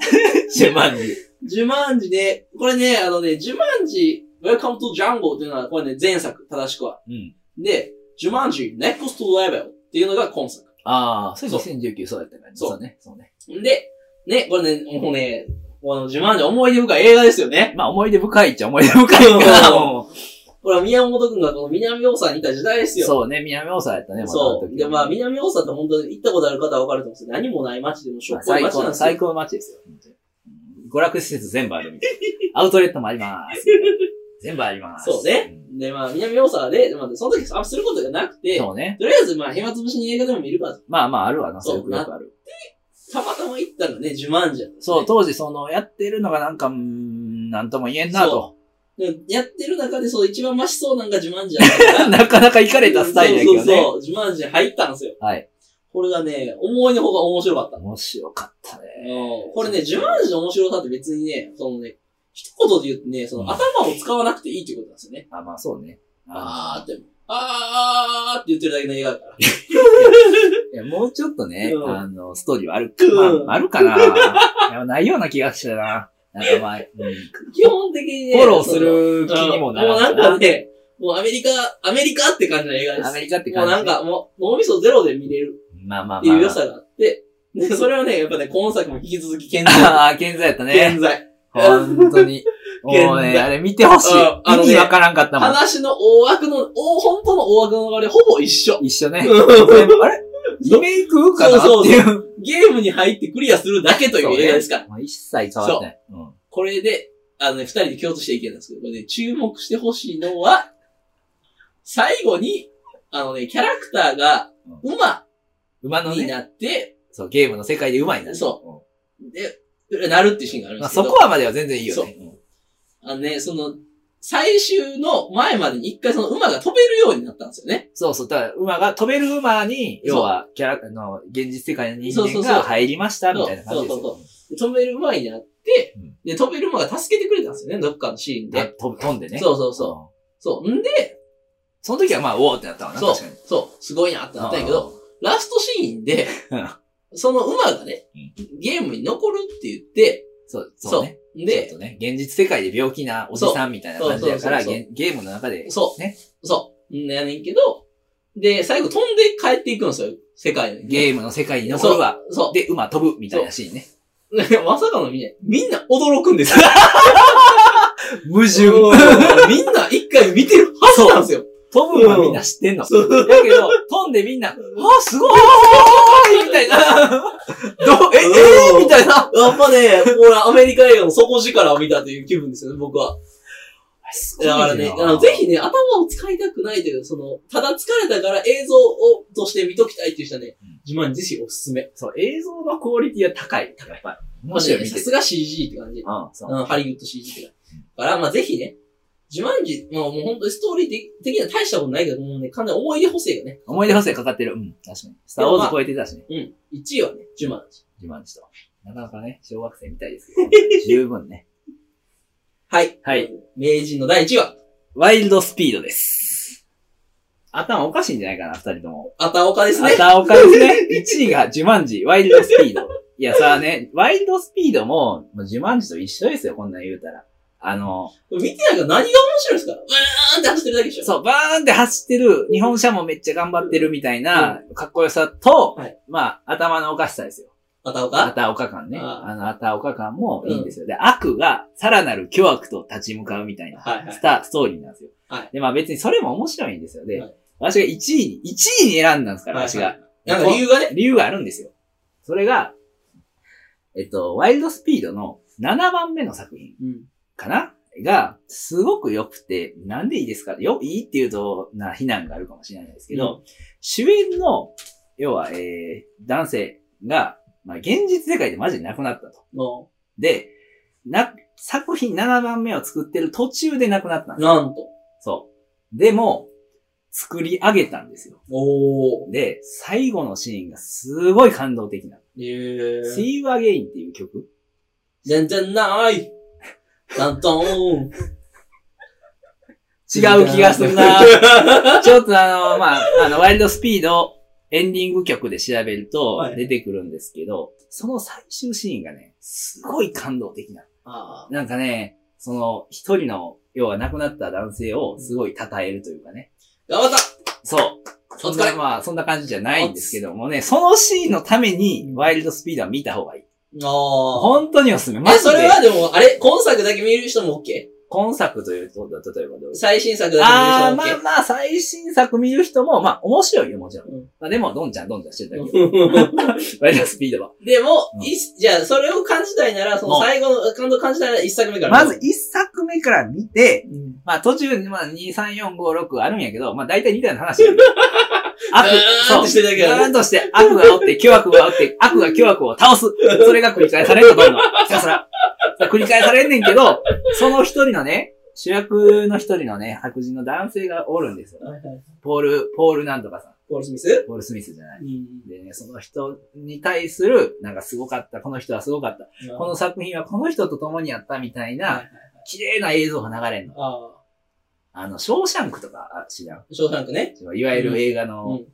[SPEAKER 1] す。
[SPEAKER 2] ジバンジ。
[SPEAKER 1] ジュマンジね、これね、あのね、ジュマンジ、Welcome to Jungle っていうのは、これね、前作、正しくは。
[SPEAKER 2] うん。
[SPEAKER 1] で、ジュマンジ、Next Level っていうのが今作。
[SPEAKER 2] ああ、それ
[SPEAKER 1] そう
[SPEAKER 2] 2019そうだったね。
[SPEAKER 1] そう
[SPEAKER 2] うね。そうね。
[SPEAKER 1] で、ね、これね、もうね、このジュマンジ思い出深い映画ですよね。
[SPEAKER 2] まあ、思い出深いっちゃ思い出深いけど、も
[SPEAKER 1] これは宮本くんがこの南大沢にいた時代です
[SPEAKER 2] う
[SPEAKER 1] よ。
[SPEAKER 2] そうね、南大沢やったね、
[SPEAKER 1] そう。で、まあ、
[SPEAKER 2] み
[SPEAKER 1] 南大沢って本当に行ったことある方はわかると思うんですけど、何もない街でもしょっぱい
[SPEAKER 2] 最
[SPEAKER 1] 街
[SPEAKER 2] 高
[SPEAKER 1] なん
[SPEAKER 2] の、
[SPEAKER 1] です
[SPEAKER 2] 最
[SPEAKER 1] よ。
[SPEAKER 2] 高の街ですよ。本当に娯楽施設全部あるみたいな。アウトレットもあります。全部あります。
[SPEAKER 1] そうね。で、まあ、南大沢で、まあ、その時あんますることがなく
[SPEAKER 2] うん。
[SPEAKER 1] て、と
[SPEAKER 2] そうね。
[SPEAKER 1] りあえず、まあ、暇つぶしに映画でも見るかと。
[SPEAKER 2] まあまあ、あるわな、
[SPEAKER 1] そう
[SPEAKER 2] そういうよくある。
[SPEAKER 1] たまたま行ったらね、ジュマンジやったんですね
[SPEAKER 2] そう、当時その、やってるのがなんか、うーんなんとも言えんなと。
[SPEAKER 1] でやってる中で、そう、一番マシそうなんが自慢じゃ ん。
[SPEAKER 2] なかなか行かれたスタイルやけどね。
[SPEAKER 1] そうそうそう、自慢じゃ入ったんですよ。
[SPEAKER 2] はい。
[SPEAKER 1] これがね、思いのほか面白かった。
[SPEAKER 2] 面白かったね。
[SPEAKER 1] これね、自慢じの面白さって別にね、そのね、一言で言ってね、その頭を使わなくていいっていうことなんですよね。
[SPEAKER 2] あ、まあそうね。
[SPEAKER 1] あーって、あーって言ってるだけの映画だ から。
[SPEAKER 2] いや、もうちょっとね、
[SPEAKER 1] うん
[SPEAKER 2] あの、ストーリーはある
[SPEAKER 1] うん
[SPEAKER 2] まあある かないやないような気がしてな。なんかまあ、うん
[SPEAKER 1] 基本的にね、
[SPEAKER 2] フォローする気にも
[SPEAKER 1] な
[SPEAKER 2] なら
[SPEAKER 1] もうなんんかね、もうアメリカ、アメリカって感じの映画で
[SPEAKER 2] アメ
[SPEAKER 1] す。
[SPEAKER 2] リカって
[SPEAKER 1] も
[SPEAKER 2] 感
[SPEAKER 1] う
[SPEAKER 2] じ。
[SPEAKER 1] なんか、もう脳みそゼロで見れる
[SPEAKER 2] まあまあ
[SPEAKER 1] って
[SPEAKER 2] ま
[SPEAKER 1] いう良
[SPEAKER 2] あ。
[SPEAKER 1] さがあって、で、それをね、やっぱね、今作も引き続き健在。
[SPEAKER 2] ああ、健在やったね。
[SPEAKER 1] 現在。
[SPEAKER 2] 本当に。
[SPEAKER 1] 健在
[SPEAKER 2] もうね、あれ見てほしい
[SPEAKER 1] うん。あの
[SPEAKER 2] 意
[SPEAKER 1] ね
[SPEAKER 2] 味わからんかったもん。
[SPEAKER 1] 話の大枠の、大、本当の大枠の流れほぼ一緒。
[SPEAKER 2] 一緒ね。
[SPEAKER 1] うん
[SPEAKER 2] あ れリメイクかなって
[SPEAKER 1] そうそう
[SPEAKER 2] いう。
[SPEAKER 1] ゲームに入ってクリアするだけという映画ですから。
[SPEAKER 2] もう一切変わってない。うん
[SPEAKER 1] これで、あのね、二人で共通していけるんですけど、これね、注目してほしいのは、最後に、あのね、キャラクターが馬
[SPEAKER 2] 馬の
[SPEAKER 1] に
[SPEAKER 2] ね、
[SPEAKER 1] なって、
[SPEAKER 2] そう、ゲームの世界で馬になる。
[SPEAKER 1] そで、なるっていうシーンがあ
[SPEAKER 2] う
[SPEAKER 1] る
[SPEAKER 2] ん
[SPEAKER 1] んで
[SPEAKER 2] まあ、
[SPEAKER 1] すけ
[SPEAKER 2] そ
[SPEAKER 1] ど、
[SPEAKER 2] こはまでは全然いいよね。
[SPEAKER 1] あのね、その、最終の前までに一回その馬が飛べるようになったんですよね。
[SPEAKER 2] そうそう。だから、馬が、飛べる馬に、
[SPEAKER 1] そう
[SPEAKER 2] 要は、キャラ、あの、現実世界の人
[SPEAKER 1] そうそ
[SPEAKER 2] 間
[SPEAKER 1] うそう
[SPEAKER 2] が入りました、みたいな感じです
[SPEAKER 1] そう
[SPEAKER 2] よ。
[SPEAKER 1] で飛べる馬になって
[SPEAKER 2] うん、
[SPEAKER 1] で、飛べる馬が助けてくれたんですよね、どっかのシーン
[SPEAKER 2] で
[SPEAKER 1] で。
[SPEAKER 2] 飛ぶ飛んでね。
[SPEAKER 1] そうそうそう。
[SPEAKER 2] うん。
[SPEAKER 1] そう。んで、
[SPEAKER 2] その時はまあ、おおってなったわな、
[SPEAKER 1] そう
[SPEAKER 2] 確かに。
[SPEAKER 1] そう、すごいなってなったんやけど、ラストシーンで
[SPEAKER 2] うん、
[SPEAKER 1] その馬がね、ゲームに残るって言って、
[SPEAKER 2] そう、そうね。ち
[SPEAKER 1] で
[SPEAKER 2] ょっ、とね、現実世界で病気なおじさんみたいな感じだから、
[SPEAKER 1] そうそう
[SPEAKER 2] ゲ
[SPEAKER 1] そう
[SPEAKER 2] ンゲームの中で、
[SPEAKER 1] そう、
[SPEAKER 2] ね
[SPEAKER 1] そう、んやねんけど、で、最後飛んで帰っていくんですよ、世界に。
[SPEAKER 2] ゲームの世界に残るわ。
[SPEAKER 1] そ
[SPEAKER 2] で、馬飛ぶみたいなシーンね。
[SPEAKER 1] う。まさかのみんな、みんな驚くんですよ。
[SPEAKER 2] 矛盾。
[SPEAKER 1] みんな一回見てるはずなんですよ。
[SPEAKER 2] 飛ぶのはみんな知ってんの。だ
[SPEAKER 1] そう。
[SPEAKER 2] けど、飛んでみんな、あ、すごいみた いな。どう、え、え
[SPEAKER 1] うん
[SPEAKER 2] ーみたいな。
[SPEAKER 1] やっぱね、ほら、アメリカ映画の底力を見たという気分ですよね、僕は。
[SPEAKER 2] すごい
[SPEAKER 1] だ
[SPEAKER 2] な
[SPEAKER 1] からね、あの、ぜひね、頭を使いたくないという、その、ただ疲れたから映像を、として見ときたいっていう人はね
[SPEAKER 2] うん、
[SPEAKER 1] 自慢自身おすすめ。
[SPEAKER 2] そう、映像のクオリティは高い。やっぱり。も
[SPEAKER 1] も
[SPEAKER 2] し
[SPEAKER 1] し
[SPEAKER 2] よ
[SPEAKER 1] ね、
[SPEAKER 2] 見
[SPEAKER 1] さ
[SPEAKER 2] てて。
[SPEAKER 1] すが CG って感じ。
[SPEAKER 2] うん、そう。
[SPEAKER 1] うん、ハリウッド CG ってだから、まあぜひね、ジュマンジ、まあもう本当にストーリー的的には大したことないけど、もうね、完全に思い出補正がね、
[SPEAKER 2] 思い出補正かかってる。うん、確かに。スターウォーズ超えてたしね。
[SPEAKER 1] うん、1位はね、ジュマンジ。
[SPEAKER 2] 自慢した。なかなかね、小学生みたいですけ ど、十分ね。
[SPEAKER 1] はい。
[SPEAKER 2] はい。
[SPEAKER 1] 名人の第1位は、
[SPEAKER 2] ワイルドスピードです。頭おかしいんじゃないかな、二人とも。
[SPEAKER 1] アタオカですね。
[SPEAKER 2] 頭おかしい ですね。1位がジュマンジ、ワイルドスピード。いや、さあね、ワイルドスピードも、もうジュマンジと一緒ですよ、こんなん言うたら。あの、
[SPEAKER 1] 見てないから何が面白いですかブーンって走ってるだけでしょ。
[SPEAKER 2] そう、バーンって走ってる、日本車もめっちゃ頑張ってるみたいな、かっこよさと、
[SPEAKER 1] はい
[SPEAKER 2] まあ、頭のおかしさですよ。
[SPEAKER 1] アタオ
[SPEAKER 2] あ
[SPEAKER 1] カ
[SPEAKER 2] たおか感ね。
[SPEAKER 1] あ
[SPEAKER 2] あの、あたおか感もいいんですよ。で、悪が、さらなる巨悪と立ち向かうみたいな、
[SPEAKER 1] はいはい
[SPEAKER 2] スタ、ストーリーなんですよ。
[SPEAKER 1] はい
[SPEAKER 2] で、まあ別にそれも面白いんですよ。で、
[SPEAKER 1] はい
[SPEAKER 2] 私が1位に、1位に選んだんですから、私が。
[SPEAKER 1] はいなんか理由がね、
[SPEAKER 2] 理由があるんですよ。それが、えっと、ワイルドスピードの7番目の作品
[SPEAKER 1] うん。
[SPEAKER 2] かなが、すごく良くて、なんでいいですかよ、いいっていうと、な、非難があるかもしれないですけど、主演の、要は、えー、男性が、まあ、現実世界でマジで亡くなったと。
[SPEAKER 1] も
[SPEAKER 2] で、な、作品7番目を作ってる途中で亡くなったん
[SPEAKER 1] う、
[SPEAKER 2] です
[SPEAKER 1] なんと。
[SPEAKER 2] そう。でも、作り上げたんですよ。
[SPEAKER 1] おー。
[SPEAKER 2] で、最後のシーンがすごい感動的な。
[SPEAKER 1] えー。
[SPEAKER 2] See You Again っていう曲
[SPEAKER 1] 全然ない。ダン トン。
[SPEAKER 2] 違う気がする なちょっとあの、まあ、あの、ワイルドスピードエンディング曲で調べると
[SPEAKER 1] はい
[SPEAKER 2] 出てくるんですけど、その最終シーンがね、すごい感動的な。
[SPEAKER 1] あ
[SPEAKER 2] なんかね、その一人の、要は亡くなった男性をすごい称えるというかね。
[SPEAKER 1] ー。頑張った
[SPEAKER 2] そう。そん
[SPEAKER 1] お疲
[SPEAKER 2] な、
[SPEAKER 1] れ
[SPEAKER 2] まあ、そんな感じじゃないんですけどもね、そのシーンのためにワイルドスピードは見た方がいい。
[SPEAKER 1] あ
[SPEAKER 2] 本当におすすめ。
[SPEAKER 1] ー。
[SPEAKER 2] マ
[SPEAKER 1] え、
[SPEAKER 2] ジ
[SPEAKER 1] そ
[SPEAKER 2] で
[SPEAKER 1] れはでも、あれ今作だけ見る人も OK?
[SPEAKER 2] 今作というと、例えばどういう
[SPEAKER 1] 最新作だけ見る人も OK?
[SPEAKER 2] ああ、まあまあ、最新作見る人も、まあ、面白いよ、もちろん。
[SPEAKER 1] うん
[SPEAKER 2] まあ、でも、どんちゃんどんちゃんしてたけど、
[SPEAKER 1] で
[SPEAKER 2] ワイルドスピードは。
[SPEAKER 1] も、
[SPEAKER 2] うん
[SPEAKER 1] いじゃあ、それを感じたいなら、そ
[SPEAKER 2] も
[SPEAKER 1] の
[SPEAKER 2] う
[SPEAKER 1] 最後の感動を感じたいなら一作目から。
[SPEAKER 2] まず、一作目から見て、
[SPEAKER 1] うん、
[SPEAKER 2] まあ、途中に、まあ、2、3、4、5、6あるんやけど、まあ、大体似たような話や けど。悪
[SPEAKER 1] うーんとしてるだけやね
[SPEAKER 2] うーんとして、悪がおって、巨悪がおって、悪が巨悪を倒す。それが繰り返されるの、どんどん。ひたすら。繰り返されんねんけど、その一人のね、主役の一人のね、白人の男性がおるんですよ。
[SPEAKER 1] はいはい
[SPEAKER 2] ポール、ポールなんとかさん。
[SPEAKER 1] ポール・スミス
[SPEAKER 2] ポール・スミスじゃない。
[SPEAKER 1] うん
[SPEAKER 2] でね、その人に対する、なんかすごかった、この人はすごかった、この作品はこの人と共にやったみたい
[SPEAKER 1] はいは
[SPEAKER 2] な、綺麗な映像が流れるの。
[SPEAKER 1] ああ、
[SPEAKER 2] あの、ショーシャンクとか、あ知らん。
[SPEAKER 1] ショーシャンクね。
[SPEAKER 2] いわゆる映画の、
[SPEAKER 1] うん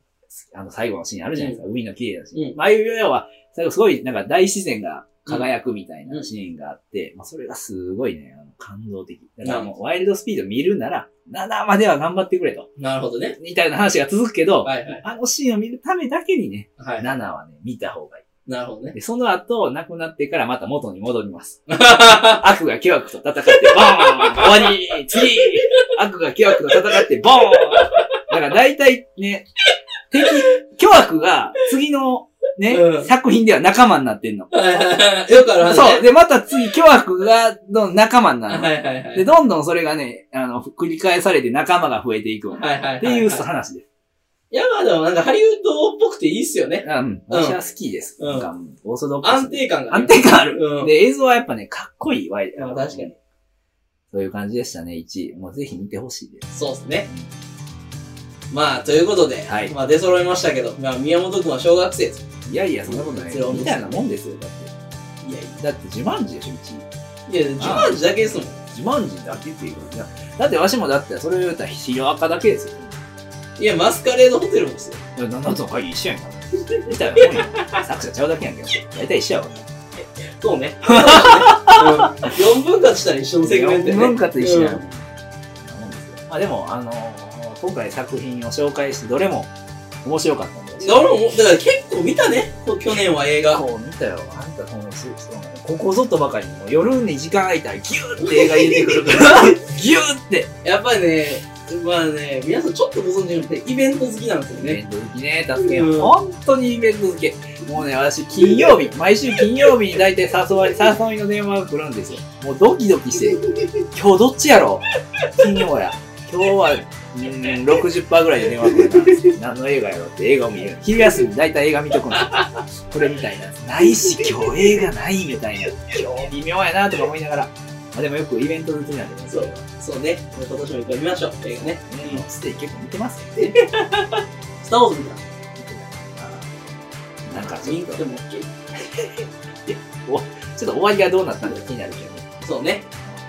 [SPEAKER 2] あの、最後のシーンあるじゃないですか。海の綺麗なシーン。
[SPEAKER 1] うん
[SPEAKER 2] まあ、ああいう要は、最後すごい、なんか大自然が輝くみたいなシーンがあって、まあ、それがすごいね、あの感動的。だからもう、ワイルドスピード見るなら、7までは頑張ってくれと。
[SPEAKER 1] なるほどね。
[SPEAKER 2] みたいな話が続くけど、
[SPEAKER 1] はいはい。
[SPEAKER 2] あのシーンを見るためだけにね、
[SPEAKER 1] はい。
[SPEAKER 2] 7はね、見た方がい
[SPEAKER 1] なるほど
[SPEAKER 2] い。
[SPEAKER 1] ね。
[SPEAKER 2] で、その後、亡くなってからまた元に戻ります。悪が巨悪と戦って、ボーン終わり次悪が巨悪と戦って、ボーンだから大体ね、敵、巨悪が次のね、
[SPEAKER 1] うん
[SPEAKER 2] 作品では仲間になってんの。
[SPEAKER 1] はいはいはいよくある話ね。
[SPEAKER 2] そう。で、また次巨悪がどんどん仲間になるの。
[SPEAKER 1] はいはいはい。
[SPEAKER 2] で、どんどんそれがね、あの、繰り返されて仲間が増えていく
[SPEAKER 1] は
[SPEAKER 2] の。
[SPEAKER 1] いはいはいはい。
[SPEAKER 2] っていう話です。
[SPEAKER 1] いや、まあでもなんかハリウッドっぽくていいっすよね。
[SPEAKER 2] うん。私は好きです。
[SPEAKER 1] うん
[SPEAKER 2] なんか、オーソドックスで。
[SPEAKER 1] 安定感が、ね。
[SPEAKER 2] 安定感ある。
[SPEAKER 1] うん。
[SPEAKER 2] で、映像はやっぱね、かっこいいワイ
[SPEAKER 1] あ確かに。
[SPEAKER 2] そういう感じでしたね、1位。もうぜひ見てほしいです。
[SPEAKER 1] そうですね。まあ、ということで、
[SPEAKER 2] はい
[SPEAKER 1] まあ出揃いましたけど、まあ宮本君は小学生です。
[SPEAKER 2] いやいや、そんなことない。
[SPEAKER 1] それは
[SPEAKER 2] みたいなもんですよ、だっ
[SPEAKER 1] いやい
[SPEAKER 2] て。だって、自慢児でしょ、1
[SPEAKER 1] や、いや、自慢自だけですもん。
[SPEAKER 2] 位。自慢児だけっていうか、いやだってわしもだって、それを言ったら、ひろあかだけですよ。
[SPEAKER 1] いや、マスカレードホテルもですよ。
[SPEAKER 2] いや、なんだとか一緒やんか。みたいなもんや。作者ちゃうだけやんけど。大体一緒やわ。
[SPEAKER 1] そうね。4分割したら一緒のセグメントやね。
[SPEAKER 2] 文化と一緒やん。
[SPEAKER 1] うん
[SPEAKER 2] なもんですよまあでも、あのー今回作品を紹介して、どれも面白かったんで、お
[SPEAKER 1] 俺も、だから結構見たね、こう去年は映画。
[SPEAKER 2] こう見たよ。あんたこの、そうそうここぞとばかりに、もう夜に時間空いたらギューって映画入れてくる から、ギューって。
[SPEAKER 1] やっぱりね、まあね、皆さんちょっとご存知のくて、イベント好きなんですよ
[SPEAKER 2] イ
[SPEAKER 1] ね。
[SPEAKER 2] ベント好きね、助け
[SPEAKER 1] うん
[SPEAKER 2] 本当にイベント好き。もうね、私、金曜日、毎週金曜日に大体誘 われ、誘いの電話が来るんですよ。もうドキドキして、今日どっちやろ金曜や。今日は、うーん、60%ぐらいで電話来るな。何の映画やろって映画を見る。昼休み大体映画見とくの。これみたいなやつ。ないし、今日映画ないみたいな。今日微妙やなとか思いながら。まあでもよくイベント好きなんでね、
[SPEAKER 1] そうそうね、今年もいっぱい見ましょう、映画ね。
[SPEAKER 2] ね、もうすでに結構見てます よね。
[SPEAKER 1] スター・ウォーズ見た。
[SPEAKER 2] なんか、
[SPEAKER 1] 見んでも OK。
[SPEAKER 2] ちょっと終わりがどうなったのか気になるけどね。
[SPEAKER 1] そうね、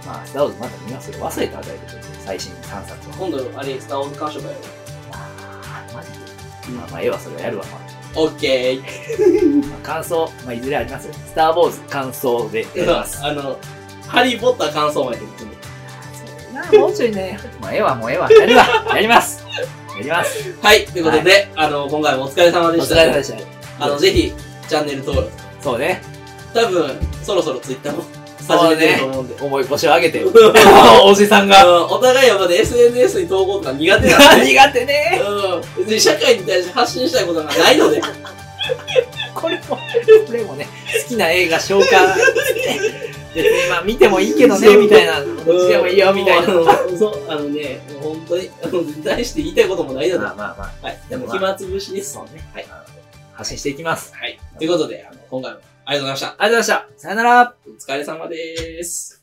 [SPEAKER 2] まあ、スターウォーズまだ見ますよ。忘れたあたりでちょっと最新3冊は。
[SPEAKER 1] 今度、あれ、スター・ウォーズ鑑賞会や
[SPEAKER 2] あーマジで。まあ、まあ、絵はそれはやるわ。まあ
[SPEAKER 1] ろう。OK。
[SPEAKER 2] まあ、感想、まあ、いずれありますよ。スターウォーズ感想でやり ます。
[SPEAKER 1] あの、ハリー・ポッター感想まで言ってみて
[SPEAKER 2] なあもうちょいね。まあ、絵はもう絵は。やるわ。やります。やります。
[SPEAKER 1] はい、ということで、あの、今回もお疲れ様
[SPEAKER 2] お
[SPEAKER 1] でし
[SPEAKER 2] 疲
[SPEAKER 1] た。
[SPEAKER 2] れ様でした。
[SPEAKER 1] あの、ぜひ、チャンネル登録。
[SPEAKER 2] そうね。
[SPEAKER 1] 多分、そろそろツイッターも
[SPEAKER 2] そ
[SPEAKER 1] 始め
[SPEAKER 2] う
[SPEAKER 1] て
[SPEAKER 2] ね
[SPEAKER 1] ると。思うん で。。
[SPEAKER 2] 重い腰を上げておじさん
[SPEAKER 1] あ
[SPEAKER 2] が。
[SPEAKER 1] のお互いはまだ SNS に投稿とか苦手なんで。
[SPEAKER 2] 苦手ね。
[SPEAKER 1] うん。別に社会に対して発信したいことがないの で。
[SPEAKER 2] これも、これもね、好きな映画紹介。別にまあ見てもいいけどね、みたいな。どっちでもいいよ、みたいな。
[SPEAKER 1] うん。あのそう、あのね、本当に、 あの、対して言いたいこともないので。
[SPEAKER 2] まあまあまあ。
[SPEAKER 1] はい。でも、暇つぶしです。
[SPEAKER 2] そうね。
[SPEAKER 1] はい
[SPEAKER 2] あの。発信していきます。
[SPEAKER 1] はい。ということで、あの、今回もありがとうございました。
[SPEAKER 2] ありがとうございました。さよなら。
[SPEAKER 1] お疲れ様です。